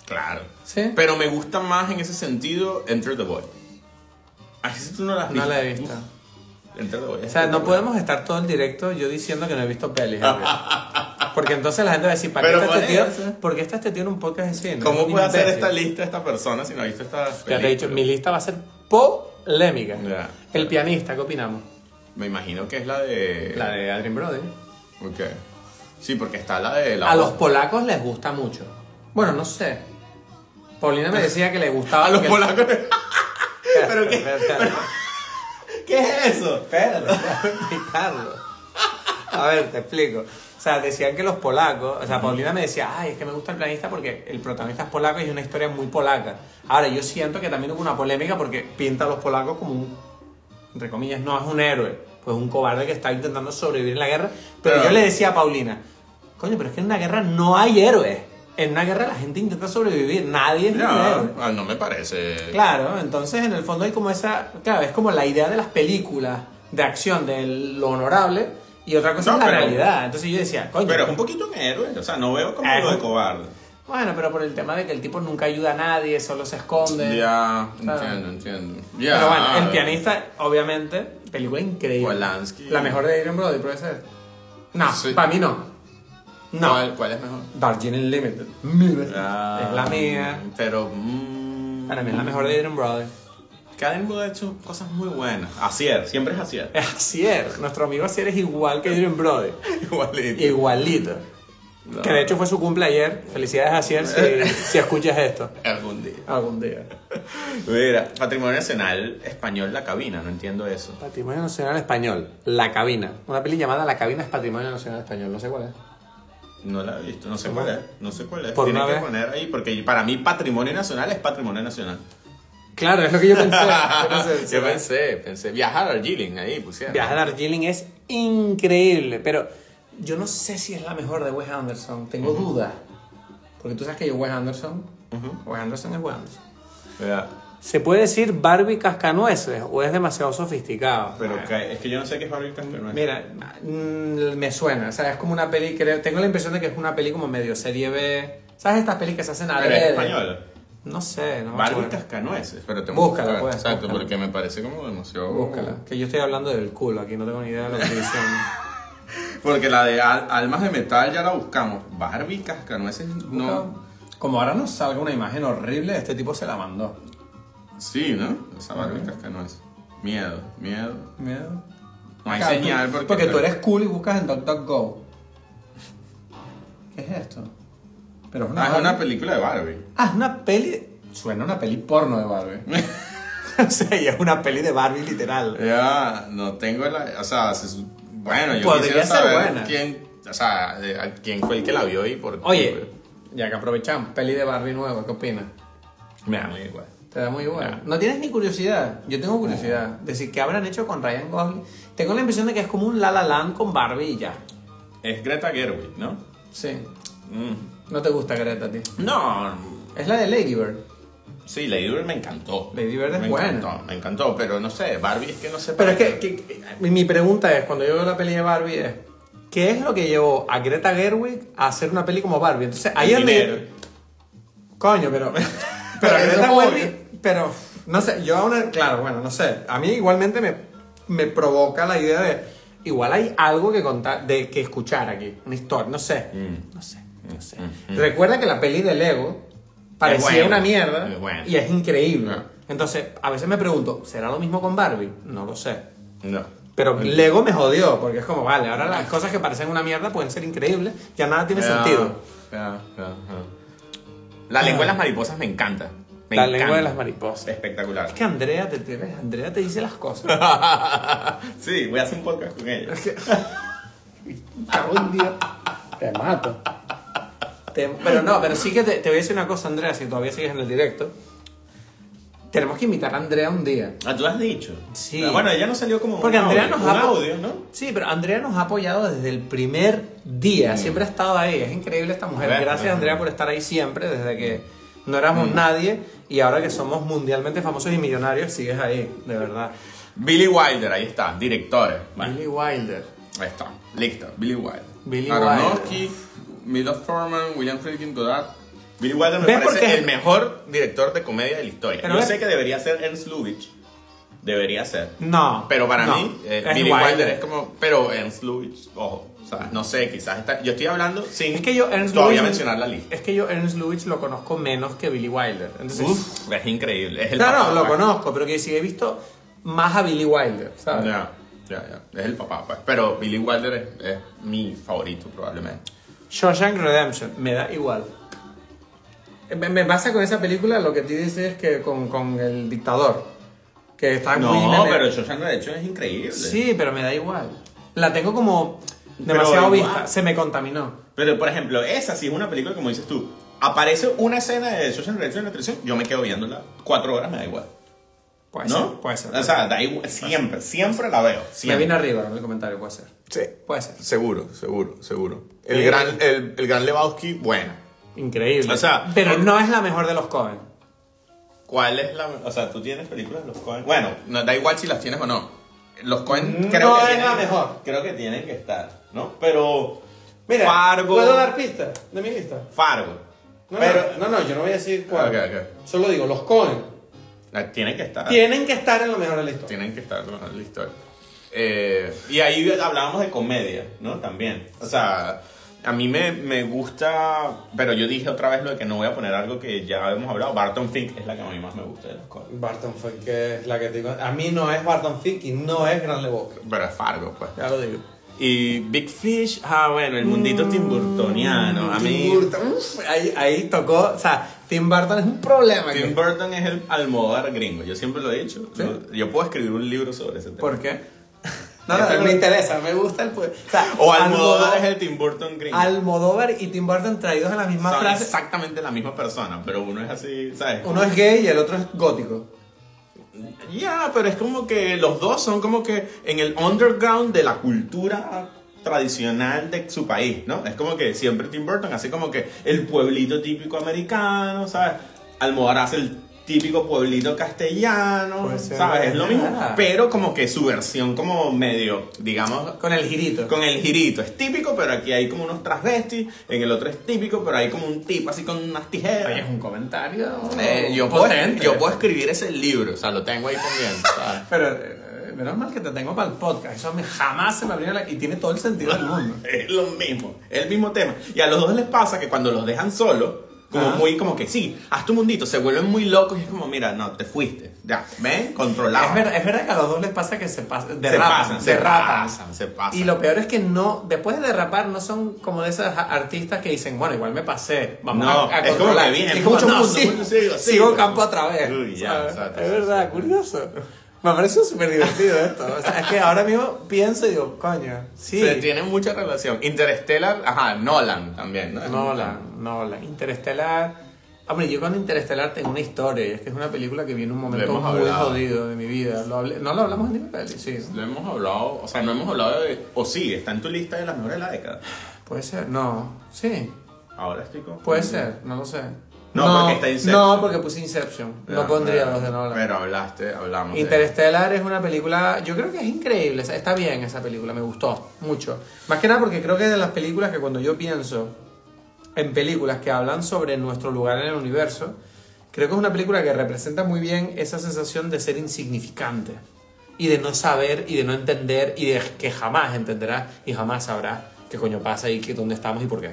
B: Claro.
C: Sí.
B: Pero me gusta más en ese sentido Enter the Void. Así tú no la has
C: No
B: visto.
C: la he visto.
B: Uf, Enter the Void.
C: O sea, no podemos estar todo el directo yo diciendo que no he visto pelis. Gabriel. Porque entonces la gente va a decir, ¿para qué
B: Pero
C: está este
B: por
C: tío?
B: eso.
C: ¿Por qué está este tío en un podcast de cine?
B: ¿Cómo
C: Un
B: puede hacer
C: imbécil.
B: esta lista esta persona si no ha visto esta
C: Ya te he dicho,
B: película?
C: mi lista va a ser polémica.
B: Ya.
C: El pianista, ¿qué opinamos?
B: Me imagino que es la de...
C: La de Adrien Brody.
B: Ok. Sí, porque está la de... La
C: A los polacos les gusta mucho. Bueno, no sé. Paulina me decía que le gustaba
B: A los
C: que-
B: polacos.
C: Espera,
B: ¿Pero qué?
C: espera, espera.
B: ¿Qué es eso?
C: Pedro, explicarlo. A ver, te explico. O sea, decían que los polacos, o sea, Paulina me decía, ay, es que me gusta el pianista porque el protagonista es polaco y es una historia muy polaca. Ahora, yo siento que también hubo una polémica porque pinta a los polacos como un, entre comillas, no es un héroe, pues un cobarde que está intentando sobrevivir en la guerra. Pero
B: Pero-
C: yo le decía a Paulina, coño, pero es que en una guerra no hay héroes. En una guerra la gente intenta sobrevivir, nadie es un héroe.
B: No, no me parece...
C: Claro, entonces en el fondo hay como esa, claro, es como la idea de las películas de acción, de lo honorable, y otra cosa
B: No,
C: es la
B: pero-
C: realidad. Entonces yo decía, coño,
B: Pero es un poquito un héroe. O sea, no veo como
C: Ah,
B: lo
C: es
B: de
C: un-
B: cobarde.
C: bueno, pero por el tema de que el tipo nunca ayuda a nadie, solo se esconde.
B: Ya,
C: Claro.
B: entiendo, entiendo. Ya,
C: pero bueno, el
B: ah,
C: pianista, obviamente, película increíble.
B: Polanski.
C: La mejor de Adrian Brody, puede ser. No,
B: Sí.
C: para mí no. No.
B: ¿Cuál, cuál es mejor?
C: Darjeeling Limited. Mil veces.
B: Ah,
C: es la mía.
B: Pero. mm,
C: Para mí es la mejor de Adrian Brody.
B: Karen Wood ha hecho cosas muy buenas. Asier, siempre es Asier.
C: Es Asier. Nuestro amigo Asier es igual que Adrian Brody.
B: Igualito.
C: Igualito.
B: No.
C: Que de hecho fue su cumple ayer. Felicidades a Ciel si, si escuchas esto.
B: Algún día.
C: Algún día.
B: Mira, Patrimonio Nacional Español La Cabina, no entiendo eso.
C: Patrimonio Nacional Español. La Cabina. Una peli llamada La Cabina es Patrimonio Nacional Español. No sé cuál es.
B: No la he visto, no sé cuál es. No sé cuál es.
C: Por
B: Tienes
C: una
B: que
C: vez.
B: poner ahí, porque para mí Patrimonio Nacional es Patrimonio Nacional.
C: Claro, es lo que yo pensé. Yo pensé,
B: Yo pensé, pensé. Viajar a Darjeeling ahí pusieron.
C: Viaje a Darjeeling es increíble, pero yo no sé si es la mejor de Wes Anderson. Tengo dudas. Porque tú sabes que yo Wes Anderson. Wes Anderson es Wes Anderson.
B: Mira,
C: ¿Se puede decir Barbie cascanueces o es demasiado sofisticado?
B: Pero que- es que yo no sé qué es Barbie Cascanueces.
C: Mira, mm, me suena, o sea, es como una peli, creo, tengo la impresión de que es una peli como medio serie B. ¿Sabes estas pelis que se hacen a
B: Pero es española.
C: No sé, no me
B: Barbie
C: acuerdo.
B: Cascanueces. Pero te
C: Búscala,
B: buscar.
C: pues,
B: Exacto,
C: búscala.
B: porque me parece como demasiado.
C: Búscala. Que yo estoy hablando del culo, aquí no tengo ni idea de lo que estoy diciendo.
B: Porque la de Al- Almas de Metal ya la buscamos. Barbie Cascanueces no.
C: Como ahora nos salga una imagen horrible, este tipo se la mandó.
B: Sí, ¿no? Esa Barbie Cascanueces. Miedo, miedo.
C: Miedo.
B: No hay
C: Claro, tú-
B: señal porque.
C: tú eres cool y buscas en DuckDuckGo. ¿Qué es esto? Pero es una,
B: Ah, es una
C: Barbie.
B: película de Barbie.
C: Ah, es una peli. Suena una peli porno de Barbie. o sea, y es una peli de Barbie literal.
B: Ya, no tengo la. O sea, se su- bueno, yo
C: Podría
B: quisiera
C: ser
B: saber
C: buena.
B: quién. O sea, de- a quién fue el que la vio y por qué.
C: Oye, ya que aprovechamos, peli de Barbie nueva, ¿qué opinas?
B: Me da muy igual.
C: Te da muy igual.
B: Ya.
C: No tienes ni curiosidad. Yo tengo curiosidad. Decir, ¿qué habrán hecho con Ryan Gosling? Tengo la impresión de que es como un La La Land con Barbie y ya.
B: Es Greta Gerwig, ¿no?
C: Sí.
B: Mm.
C: No te gusta Greta, tío.
B: No,
C: Es la de Lady Bird.
B: Sí, Lady Bird me encantó.
C: Lady Bird es
B: me
C: buena.
B: Encantó, me encantó, pero no sé, Barbie es que no sé.
C: Pero
B: para
C: es que,
B: qué.
C: que- que- mi- mi pregunta es, cuando yo veo la peli de Barbie es, ¿qué es lo que llevó a Greta Gerwig a hacer una peli como Barbie? Entonces, ahí es
B: El
C: donde-
B: dinero.
C: Coño, pero. Pero
B: Eso
C: Greta
B: voy.
C: Gerwig- Pero. No sé, yo aún. Claro, bueno, no sé. A mí igualmente me, me provoca la idea de. Igual hay algo que contar, de que escuchar aquí. Una historia, no sé.
B: Mm.
C: No sé, no sé.
B: mm, mm.
C: Recuerda que la peli de Lego parecía
B: buena,
C: una mierda
B: es buena.
C: y es increíble.
B: Ah.
C: Entonces, a veces me pregunto, ¿será lo mismo con Barbie? No lo sé.
B: No. Mm.
C: Pero Lego me jodió, porque es como, vale, ahora las cosas que parecen una mierda pueden ser increíbles, ya nada tiene
B: Ya,
C: sentido.
B: ya, ya, ya. La lengua de las mariposas me encanta. Me
C: la
B: encanta.
C: lengua de las mariposas.
B: Espectacular.
C: Es que Andrea te, te- Andrea te dice las cosas.
B: sí, voy a hacer un podcast con ella.
C: Cago en Dios. Te mato. Te- pero no, pero sí que te, te voy a decir una cosa, Andrea, si todavía sigues en el directo. Tenemos que invitar a Andrea un día.
B: Ah, tú lo has dicho.
C: Sí.
B: Ah, Bueno, ella no salió como
C: Porque
B: un
C: Andrea
B: audio,
C: nos
B: un
C: ha
B: audio, ¿no?
C: Sí, pero Andrea nos ha apoyado desde el primer día. Siempre ha estado ahí. Es increíble esta mujer.
B: Bueno,
C: Gracias,
B: ajá.
C: Andrea, por estar ahí siempre, desde que
B: Mm.
C: no éramos nadie y ahora que somos mundialmente famosos y millonarios, sigues ahí, de verdad.
B: Billy Wilder, ahí está, directores. Vale,
C: Billy Wilder.
B: Ahí está, listo, Billy Wilder.
C: Billy
B: Aronofsky, Milos Forman, William Friedkin, Godard. Billy Wilder me
C: ¿Ves por
B: parece
C: qué?
B: el mejor director de comedia de la historia.
C: Pero
B: Yo
C: ves-
B: sé que debería ser Ernst Lubitsch. Debería ser.
C: No.
B: Pero para
C: no,
B: mí, eh,
C: es
B: Billy Wilder. es como. Pero Ernst Lubitsch, ojo. O sea, no sé, quizás está. Yo estoy hablando sin
C: Es que yo Ernst
B: todavía
C: Lubitsch-
B: mencionar la lista.
C: Es que yo Ernst Lubitsch lo conozco menos que Billy Wilder. Entonces,
B: Uf, es increíble. Es el
C: no,
B: papá,
C: no, lo
B: pues.
C: conozco, pero que sí he visto más a Billy Wilder,
B: Ya,
C: ¿sabes?
B: ya, ya. Es el papá, pues. Pero Billy Wilder es, es mi favorito, probablemente.
C: Shawshank Redemption, me da igual. Me, me pasa con esa película lo que tú dices es que con, con el dictador, que está muy...
B: No,
C: meme-
B: pero Shawshank Redemption es increíble.
C: Ah, Sí, pero me da igual. La tengo como
B: Pero
C: demasiado
B: igual.
C: vista, se me contaminó.
B: Pero, por ejemplo, esa sí es una película, como dices tú, aparece una escena de Shawshank Redemption en la televisión, yo me quedo viéndola cuatro horas, me da igual.
C: Puede
B: ¿No?
C: ser, puede ser.
B: O sea, da igual, siempre, siempre la veo.
C: me vine
B: Siempre.
C: arriba en el comentario, puede ser.
B: Sí.
C: Puede ser.
B: Seguro, seguro, seguro.
C: Eh.
B: El gran, el, el gran Lebowski, bueno.
C: Increíble.
B: O sea,
C: pero
B: por-
C: no es la mejor de los Cohen.
B: ¿Cuál es la... O sea, tú tienes películas de los Cohen? Bueno, Mm, no, da igual si las tienes o no. Los Cohen
C: No
B: creo que
C: es
B: tienen-
C: la mejor.
B: Creo que tienen que estar, ¿no? Pero... Fargo...
C: pistas de mi lista?
B: Fargo. pero...
C: no, yo no voy a decir
B: cuál. Ok,
C: Solo digo, los Cohen
B: Ah, Tienen que estar.
C: tienen que estar en lo mejor de la historia.
B: Tienen que estar en la historia. Eh, y ahí hablábamos de comedia, ¿no? También. O sea, a mí me, me gusta, pero yo dije otra vez lo de que no voy a poner algo que ya hemos hablado. Barton Fink es la que a mí más me gusta de las cosas.
C: Barton Fink que es la que te digo. A mí no es Barton Fink y no es Gran Lebowski.
B: Pero es Fargo, pues.
C: Ya lo digo.
B: Y Big Fish, ah, bueno, el mundito timburtoniano. A mí.
C: Mm, Tim Burton, uf, ahí, ahí tocó. O sea, Tim Burton es un problema. aquí.
B: Tim Burton es el almodóvar gringo, yo siempre lo he dicho.
C: Sí.
B: Yo- Yo puedo escribir un libro sobre ese tema.
C: ¿Por qué? No, no, me interesa, me gusta el. pu- O, sea,
B: O Almodóvar es
C: Almodó-
B: el Tim Burton gringo.
C: Almodóvar y Tim Burton traídos en las mismas
B: Son
C: frases.
B: exactamente la misma persona, pero uno es así, ¿sabes?
C: Uno es gay y el otro es gótico.
B: Ya, pero es como que los dos son como que en el underground de la cultura tradicional de su país, ¿no? Es como que siempre Tim Burton hace como que el pueblito típico americano, ¿sabes? Almodóvar hace el típico pueblito castellano,
C: Puede ser,
B: ¿sabes? Es lo mismo,
C: ah.
B: pero como que su versión como medio, digamos,
C: Con el girito.
B: con el girito. Es típico, pero aquí hay como unos transvestis, en el otro es típico, pero hay como un tipo así con unas tijeras.
C: Oye, es un comentario.
B: Eh, yo, puedo,
C: potente.
B: yo puedo escribir ese libro, o sea, lo tengo ahí pendiente. ¿sabes?
C: Pero eh, menos mal que te tengo para el podcast. Eso me, jamás se me abrió la. Y tiene todo el sentido del mundo.
B: es lo mismo, es el mismo tema. Y a los dos les pasa que cuando los dejan solos, como
C: Ah.
B: muy, como que sí, haz tu mundito, se vuelven muy locos y es como, mira, no, te fuiste, ya, ven, controlado.
C: Es verdad, es verdad que a los dos les pasa que se pasan, derrapan,
B: pasan, se
C: derrapan.
B: pasan, se pasan.
C: Y lo peor es que no, después de derrapar, no son como de esas a- artistas que dicen, bueno, igual me pasé, vamos
B: No,
C: a, a
B: es como
C: controlar.
B: que viene
C: Es como,
B: mucho
C: no,
B: mundo,
C: sí,
B: mundo, sí, sí,
C: sigo
B: bueno.
C: campo otra vez.
B: Uy, ya,
C: ¿sabes?
B: exacto,
C: es
B: sí,
C: verdad,
B: sí.
C: curioso. Me parece súper divertido esto. O sea, es que ahora mismo pienso y digo, coño, sí.
B: Se tiene mucha relación. Interstellar, ajá, Nolan también, ¿no?
C: Nolan, Nolan. Interestelar. Hombre, yo con Interestelar tengo una historia. y Es que es una película que viene un momento
B: hemos
C: muy
B: hablado.
C: jodido de mi vida. Lo hablé- no lo hablamos en el peli, sí. ¿no?
B: Lo hemos hablado, o sea, no hemos hablado de. O sí, está en tu lista de las mejores de la década.
C: Puede ser, no. Sí,
B: Ahora estoy con.
C: puede ser, no lo sé.
B: No, porque está Inception.
C: No, porque puse Inception.
B: Ya,
C: no pondría
B: pero-
C: los de Nolan.
B: Pero hablaste, hablamos. de-
C: Interstellar es una película, yo creo que es increíble, o sea, está bien esa película, me gustó mucho. Más que nada porque creo que es de las películas que cuando yo pienso en películas que hablan sobre nuestro lugar en el universo, creo que es una película que representa muy bien esa sensación de ser insignificante y de no saber y de no entender y de que jamás entenderás y jamás sabrás qué coño pasa y qué, dónde estamos y por qué.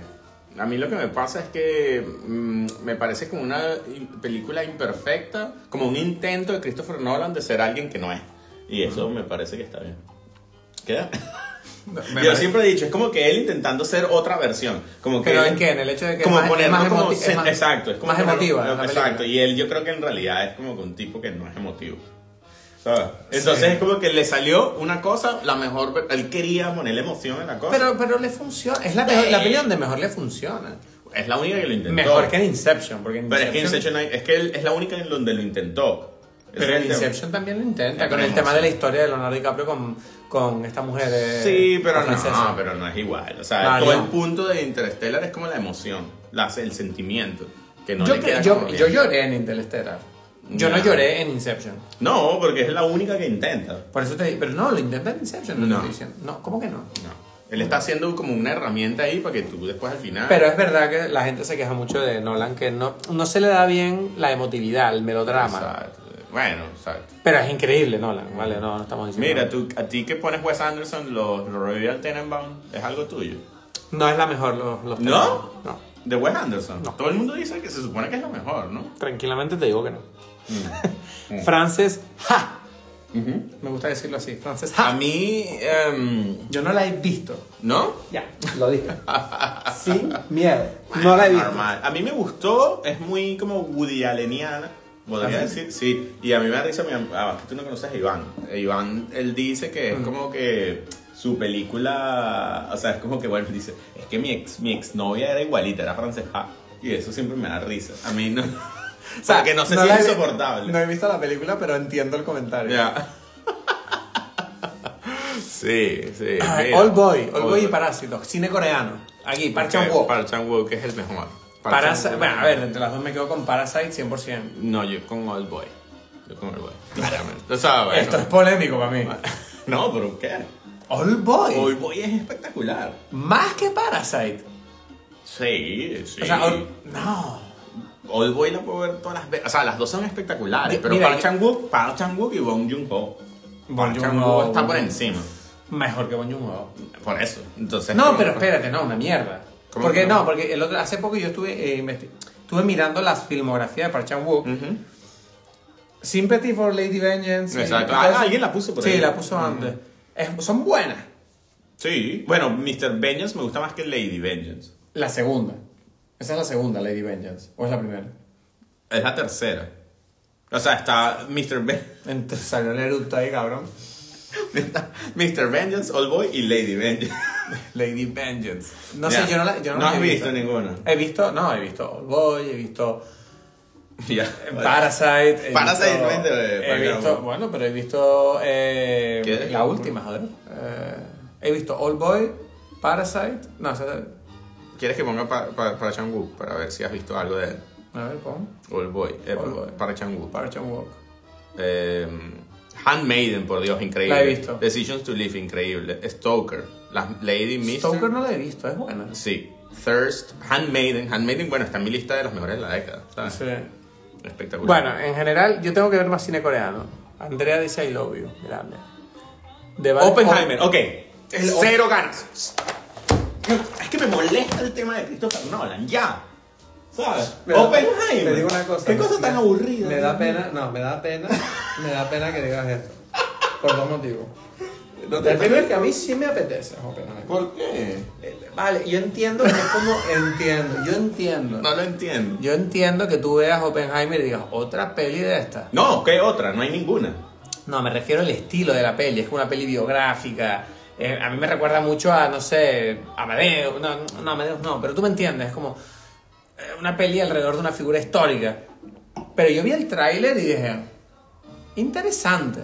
B: A mí lo que me pasa es que mm, me parece como una i- película imperfecta, como un intento de Christopher Nolan de ser alguien que no es. Y eso me parece que está bien. ¿Queda? Yo siempre he dicho, es como que él intentando ser otra versión. Como que
C: Pero
B: él-
C: en qué, en el hecho de que
B: como
C: es más, es
B: ponerlo
C: más
B: como
C: emoti-
B: sen-
C: es más-
B: exacto, es como
C: más
B: ponerlo-
C: emotiva. la
B: exacto,
C: película.
B: y él yo creo que en realidad es como que un tipo que no es emotivo. ¿Sabes? Entonces es como que le salió una cosa, la mejor, ver- él quería ponerle emoción en la cosa.
C: Pero, pero le funciona, es la, mejor, la peli donde mejor le funciona.
B: es la única que lo intentó.
C: Mejor que en Inception, porque en
B: Pero es que
C: Inception,
B: Inception hay- es que él- es la única en donde lo intentó. Ese
C: pero
B: es
C: en
B: el tema.
C: Inception también lo intenta,
B: Ya,
C: con
B: pero
C: el
B: no,
C: tema de la
B: sí.
C: historia de Leonardo DiCaprio con, con esta mujer. eh,
B: Sí, pero
C: la
B: no,
C: francesa.
B: Ah, pero no es igual. O sea,
C: Ah,
B: todo
C: no.
B: el punto de Interstellar es como la emoción, la- el sentimiento. Que no
C: yo,
B: le
C: cre-
B: queda
C: yo,
B: como bien.
C: yo lloré en Interstellar. Yo no
B: Nah.
C: lloré en Inception.
B: No, porque es la única que intenta.
C: Por eso te digo, pero no, lo intenta en Inception, no,
B: No.
C: te estoy diciendo. No, ¿cómo que no?
B: No. Él está haciendo como una herramienta ahí para que tú después al final.
C: Pero es verdad que la gente se queja mucho de Nolan, que no, no se le da bien la emotividad, el melodrama.
B: Exacto. Bueno, exacto.
C: Pero es increíble Nolan, ¿vale? No, no estamos diciendo.
B: Mira, tú, a ti que pones Wes Anderson, los lo Royal Tenenbaum, es algo tuyo.
C: No es la mejor los, los
B: ¿No?
C: temas. No.
B: De Wes Anderson.
C: No.
B: Todo el mundo dice que se supone que es lo mejor, ¿no?
C: Tranquilamente te digo que no. Mm. Frances Ha. Me gusta decirlo así, Frances
B: A
C: Ha.
B: mí. em,
C: Yo no la he visto.
B: ¿No?
C: Ya, lo dije. Sin miedo. No la he visto.
B: Normal. A mí me gustó, es muy como Woody Alleniana. Podría
C: ¿Ah, sí?
B: decir, sí. Y a mí me da risa, mi am- ah, que tú no conoces a Iván. Eh, Iván, él dice que
C: Mm.
B: es como que su película, o sea, es como que, bueno, dice, es que mi ex, mi exnovia era igualita, era francesa. Y eso siempre me da risa. A mí no. o sea, que no sé si
C: la
B: es
C: he-
B: insoportable.
C: No he visto la película, pero entiendo el comentario.
B: Ya. sí, sí.
C: Ah,
B: mira.
C: Old Boy, Old Boy y
B: Boy.
C: Parásitos, cine coreano. Aquí, Park Chan
B: Ok,
C: Wook.
B: Eh, Park Chan-wook es el mejor. Park
C: Parasite,
B: Chan-wook.
C: bueno, a ver, entre las dos me quedo con Parasite 100%.
B: No, yo con Old Boy. Yo con Old Boy. Sinceramente. O sea, bueno.
C: Esto es polémico para mí.
B: No, pero ¿qué?
C: Old Boy,
B: Old Boy es espectacular.
C: más que Parasite.
B: Sí, sí.
C: O sea, Old- no.
B: Old Boy la puedo ver todas las veces. O sea, las dos son espectaculares.
C: Di-
B: Pero
C: mira,
B: Park
C: yo-
B: Chan-wook, Park Chan-wook y Bong Joon-ho. Park Chan-wook está por encima.
C: Mejor que Bon Joon-ho.
B: Por eso. Entonces.
C: No, pero espérate, no, una mierda.
B: ¿Cómo
C: Porque
B: que no?
C: no, porque el otro, hace poco yo estuve, eh, investi- estuve mirando la filmografía de Park Chan Wook.
B: Ujú.
C: Sympathy for Lady Vengeance. y-
B: Exacto.
C: y todo
B: Ah,
C: eso.
B: alguien la puso por ahí. Mm.
C: Sí, la puso antes. Es- son buenas.
B: Sí. Bueno, Mr. Vengeance me gusta más que Lady Vengeance.
C: La segunda. Esa es la segunda, Lady Vengeance. ¿O es la primera?
B: Es la tercera. O sea, está Mr. Vengeance.
C: Entonces salió el eructo ahí, cabrón.
B: Mr. Vengeance, Old Boy y Lady Vengeance.
C: Lady Vengeance. No
B: Ya.
C: sé, yo no la, yo no
B: No
C: la
B: has
C: he
B: visto ninguna.
C: He visto, no, he visto Old Boy, he visto
B: Ya.
C: Parasite. he
B: Parasite
C: visto-
B: no es de-
C: He
B: para
C: visto,
B: nada.
C: bueno, pero he visto eh,
B: ¿Qué?
C: la última, joder. Eh, he visto Old Boy, Parasite. No, esa
B: ¿Quieres que ponga pa- pa- para Changwook para ver si has visto algo de él?
C: A ver, pon.
B: Old Boy. Eh,
C: Old Boy.
B: Para Changwook.
C: Parch and Walk.
B: Eh, Handmaiden, por Dios, increíble.
C: La he visto.
B: Decisions to Live, increíble. Stoker. Las Lady Mister.
C: Stoker no la he visto, es buena.
B: Sí. Thirst. Handmaiden. Handmaiden, bueno, está en mi lista de las mejores de la década. ¿sabes?
C: Sí.
B: Espectacular.
C: Bueno, en general, yo tengo que ver más cine coreano. Andrea dice I love you. Grande. De Oh, Bar-
B: Oppenheimer, ok.
C: El-
B: Cero ganas. Es que me molesta el tema de Christopher Nolan, ya. ¿Sabes?
C: Me da-
B: Oppenheimer.
C: Te digo una cosa.
B: Qué
C: me-
B: cosa tan
C: me-
B: aburrida.
C: Me da pena, no, me da pena, me da pena que digas esto. Por dos motivos.
B: No te
C: El primero es
B: pena.
C: que a mí sí me apetece Oppenheimer.
B: ¿Por qué?
C: Eh, Vale, yo entiendo que es como entiendo, yo entiendo.
B: No lo entiendo.
C: Yo entiendo que tú veas Oppenheimer y digas otra peli de esta.
B: No, ¿qué otra? No hay ninguna.
C: No, me refiero al estilo de la peli, es una peli biográfica. Eh, a mí me recuerda mucho a, no sé, Amadeus. No, no, Amadeus no, pero tú me entiendes, es como eh, una peli alrededor de una figura histórica. Pero yo vi el tráiler y dije, interesante.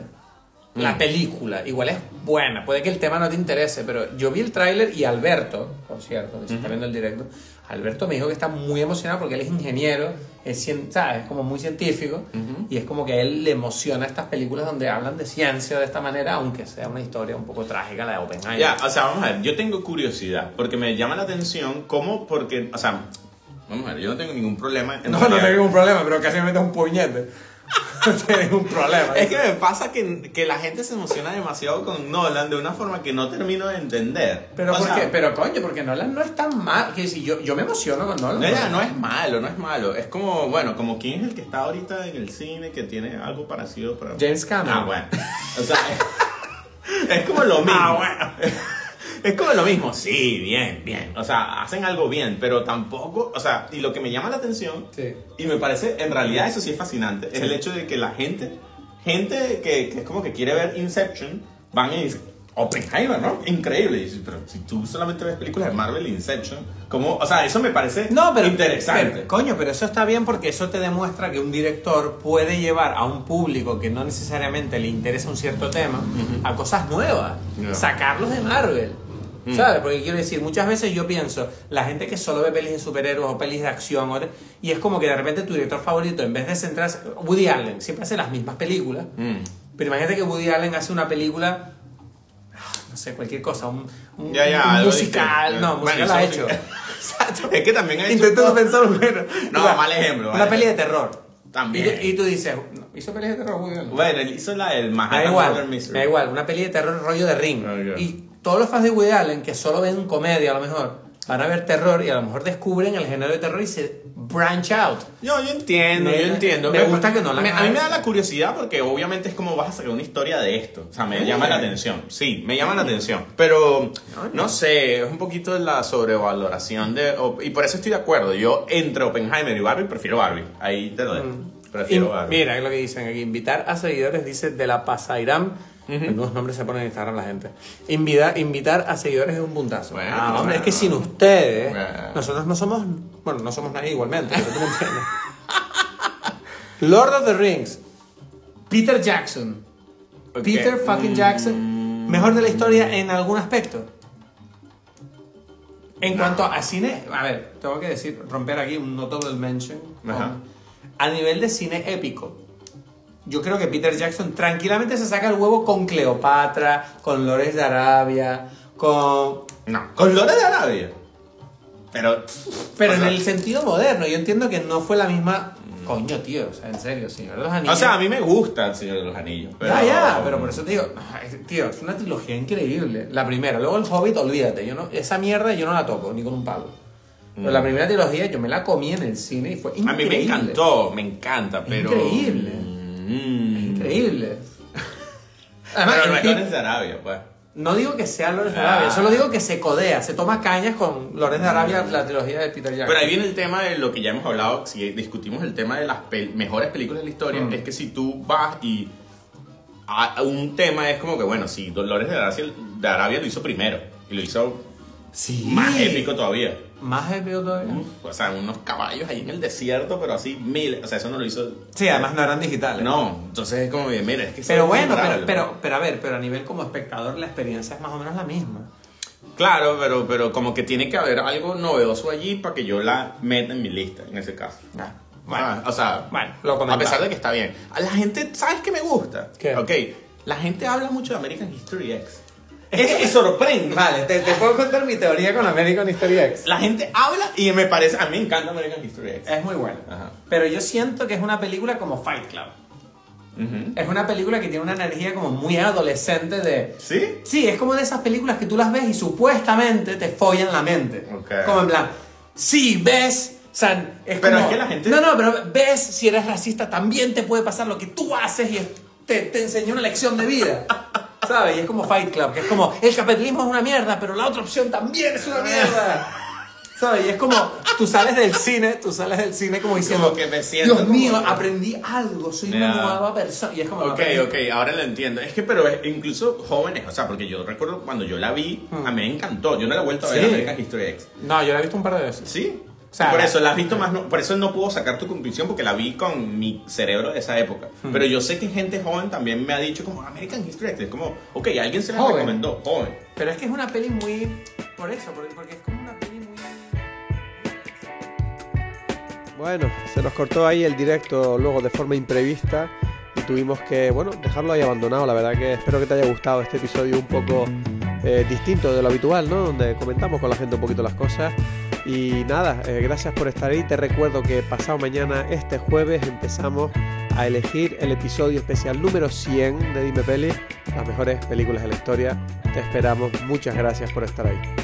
C: La
B: Mm.
C: película, igual es buena, puede que el tema no te interese, pero yo vi el tráiler y Alberto, por cierto, que se está viendo el directo, Alberto me dijo que está muy emocionado porque él es ingeniero, es, cien- ¿sabes? es como muy científico y es como que a él le emociona estas películas donde hablan de ciencia de esta manera, aunque sea una historia un poco trágica la de
B: Ya,
C: Oppenheimer.
B: o sea, vamos a ver. Yo tengo curiosidad porque me llama la atención cómo, porque, o sea, vamos a ver, yo no tengo ningún problema. en
C: No, no
B: realidad.
C: tengo ningún problema, pero casi me metes un puñete. No tengo ningún problema.
B: Es que me pasa que, que la gente se emociona demasiado con Nolan de una forma que no termino de entender.
C: Pero,
B: O
C: ¿por
B: sea,
C: qué? pero coño, porque Nolan no es tan mal. Que si yo, yo me emociono con Nolan.
B: No, ya, no es malo, no es malo. Es como, bueno, como quién es el que está ahorita en el cine que tiene algo parecido para...
C: James Cameron.
B: Ah, bueno. O sea, es, es como lo mismo.
C: Ah,
B: bueno. Es como lo mismo. Sí, bien, bien. O sea, hacen algo bien, pero tampoco... O sea, y lo que me llama la atención,
C: Sí.
B: y me parece, en realidad eso sí es fascinante, es el hecho de que la gente, gente que, que es como que quiere ver Inception, van y dicen... Oppenheimer, ¿no? Increíble. Y dices, pero si tú solamente ves películas de Marvel e Inception, como, o sea, eso me parece
C: No, pero
B: interesante.
C: pero, coño, pero eso está bien porque eso te demuestra que un director puede llevar a un público que no necesariamente le interesa un cierto tema a cosas nuevas,
B: Ya. Mm.
C: sacarlos de Marvel. ¿Sabes? Porque quiero decir, muchas veces yo pienso, la gente que solo ve pelis de superhéroes o pelis de acción, o de- y es como que de repente tu director favorito, en vez de centrarse. Woody Allen siempre hace las mismas películas.
B: Mm.
C: Pero imagínate que Woody Allen hace una película. No sé, cualquier cosa, un, un-
B: Ya, ya,
C: un
B: algo
C: musical.
B: distinto.
C: No,
B: Bueno,
C: musical
B: eso
C: ha
B: sí.
C: hecho. Exacto.
B: Es que también ha hecho
C: Intento
B: todo.
C: pensar un bueno.
B: No,
C: Igual,
B: mal ejemplo,
C: Una
B: vale.
C: peli de terror.
B: También.
C: Y tú, y tú dices, "No, ¿hizo pelis de terror Woody Allen?
B: Bueno, él hizo la del
C: Me da
B: Manhattan Murder
C: igual,
B: Mystery.
C: me da igual, una peli de terror rollo de ring.
B: Ok.
C: Y todos los fans de Woody Allen que solo ven comedia a lo mejor, van a ver terror y a lo mejor descubren el género de terror y se branch out.
B: Yo, yo entiendo,
C: Me-
B: yo entiendo.
C: me gusta que no la
B: me- A mí me da
C: hagas.
B: la curiosidad porque obviamente es como vas a sacar una historia de esto. O sea, me llama la atención. Sí, me llama la atención. Pero, no sé, es un poquito la sobrevaloración de... o- Y por eso estoy de acuerdo. Yo entre Oppenheimer y Barbie prefiero Barbie. Ahí te lo dejo. Prefiero
C: Mm. Y
B: Barbie.
C: mira lo que dicen aquí, invitar a seguidores, dice de la Pasairam. Los nombres se ponen en Instagram la gente. Invida- invitar a seguidores es un puntazo.
B: Bueno,
C: Ah, hombre, es que
B: bueno.
C: sin ustedes,
B: Bueno.
C: nosotros no somos. Bueno, no somos nadie igualmente, pero tú me entiendes. Lord of the Rings, Peter Jackson.
B: Ok.
C: Peter fucking Jackson, mejor de la historia en algún aspecto. En cuanto a cine, a ver, tengo que decir, romper aquí un notable mention.
B: Ajá.
C: A nivel de cine épico, yo creo que Peter Jackson tranquilamente se saca el huevo con Cleopatra, con Lores de Arabia, con.
B: No, con Lora de Arabia. Pero...
C: Pero
B: o
C: en
B: sea, Mm.
C: el sentido moderno, yo entiendo que no fue la misma. Coño, tío, o sea, en serio, señor de los
B: O
C: anillos.
B: sea, a mí me gusta El Señor de los Anillos. Pero,
C: ya, ya, pero por eso te digo, ay, tío, es una trilogía increíble. La primera, luego el Hobbit, olvídate, yo no, esa mierda yo no la toco ni con un palo. Pero la primera trilogía yo me la comí en el cine y fue increíble.
B: Mm. A mí me encantó, me encanta, pero...
C: Increíble.
B: Mm.
C: Increíble. Además,
B: Pero
C: el
B: mejor
C: tipo-
B: es de Arabia, pues.
C: no digo que sea Lores de Arabia,
B: Ah. Mm.
C: solo digo que se codea, se toma cañas con Lores de Arabia, la trilogía de Peter Jackson.
B: Pero ahí viene el tema de lo que ya hemos hablado, si discutimos el tema de las pel- mejores películas de la historia,
C: Mm.
B: es que si tú vas y a a un tema es como que, bueno, si Dolores de Arabia, de Arabia lo hizo primero y lo hizo
C: Sí.
B: más e- Mm. épico todavía.
C: Más épico todavía.
B: Uf, O sea, unos caballos ahí en el desierto, pero así miles. O sea, eso no lo hizo.
C: Sí, además no eran digitales.
B: No, entonces es como que, mira, es que. eso
C: Pero
B: es
C: bueno, pero,
B: memorable.
C: pero, pero a ver, pero a nivel como espectador la experiencia es más o menos la misma.
B: Claro, pero, pero como que tiene que haber algo novedoso allí para que yo la meta en mi lista, en ese caso. Bueno, o sea,
C: Ah, Bueno, lo
B: a
C: comentamos.
B: pesar de que está bien. A la gente, ¿sabes qué me gusta?
C: ¿Qué?
B: Ok, la gente habla mucho de American History X. Eso me sorprende.
C: Vale, te, te puedo contar mi teoría con American History X.
B: La gente habla y me parece, a mí me encanta American History X.
C: Es muy buena.
B: Ajá.
C: Pero yo siento que es una película como Fight Club.
B: Ujú.
C: Es una película que tiene una energía como muy adolescente de...
B: ¿Sí?
C: Sí, es como de esas películas que tú las ves y supuestamente te follan la mente.
B: Ok.
C: Como en plan, sí, ves... O sea, es
B: Pero
C: como-
B: es que la gente-
C: No, no, pero ves, si eres racista también te puede pasar lo que tú haces y es- te, te enseñó una lección de vida. ¿Sabes? Y es como Fight Club, que es como, el capitalismo es una mierda, pero la otra opción también es una mierda. ¿Sabes? Y es como, tú sales del cine, tú sales del cine como diciendo,
B: que me siento
C: Dios
B: como-
C: mío, aprendí algo, soy una
B: Ya.
C: nueva persona. Y es como,
B: Ok, ok, ahora lo entiendo. Es que, pero es- incluso jóvenes, o sea, porque yo recuerdo cuando yo la vi, a mí me encantó. Yo no la he vuelto a ver
C: Mm. Sí.
B: American History X.
C: No, yo la he visto un par de veces.
B: Sí.
C: O sea,
B: Y por
C: la-
B: eso la has visto más, no- por eso no puedo sacar tu conclusión porque la vi con mi cerebro de esa época.
C: Hmm.
B: Pero yo sé que gente joven también me ha dicho como American History X, es como, ok, alguien se la
C: Joven.
B: recomendó, joven.
C: Pero es que es una peli muy... Por eso, por- porque es como una peli muy...
A: Bueno, se nos cortó ahí el directo luego de forma imprevista y tuvimos que, bueno, dejarlo ahí abandonado. La verdad que espero que te haya gustado este episodio un poco eh, distinto de lo habitual, ¿no? Donde comentamos con la gente un poquito las cosas. Y nada, eh, gracias por estar ahí. Te recuerdo que pasado mañana, este jueves, empezamos a elegir el episodio especial número 100 de Dime Peli, las mejores películas de la historia. Te esperamos. Muchas gracias por estar ahí.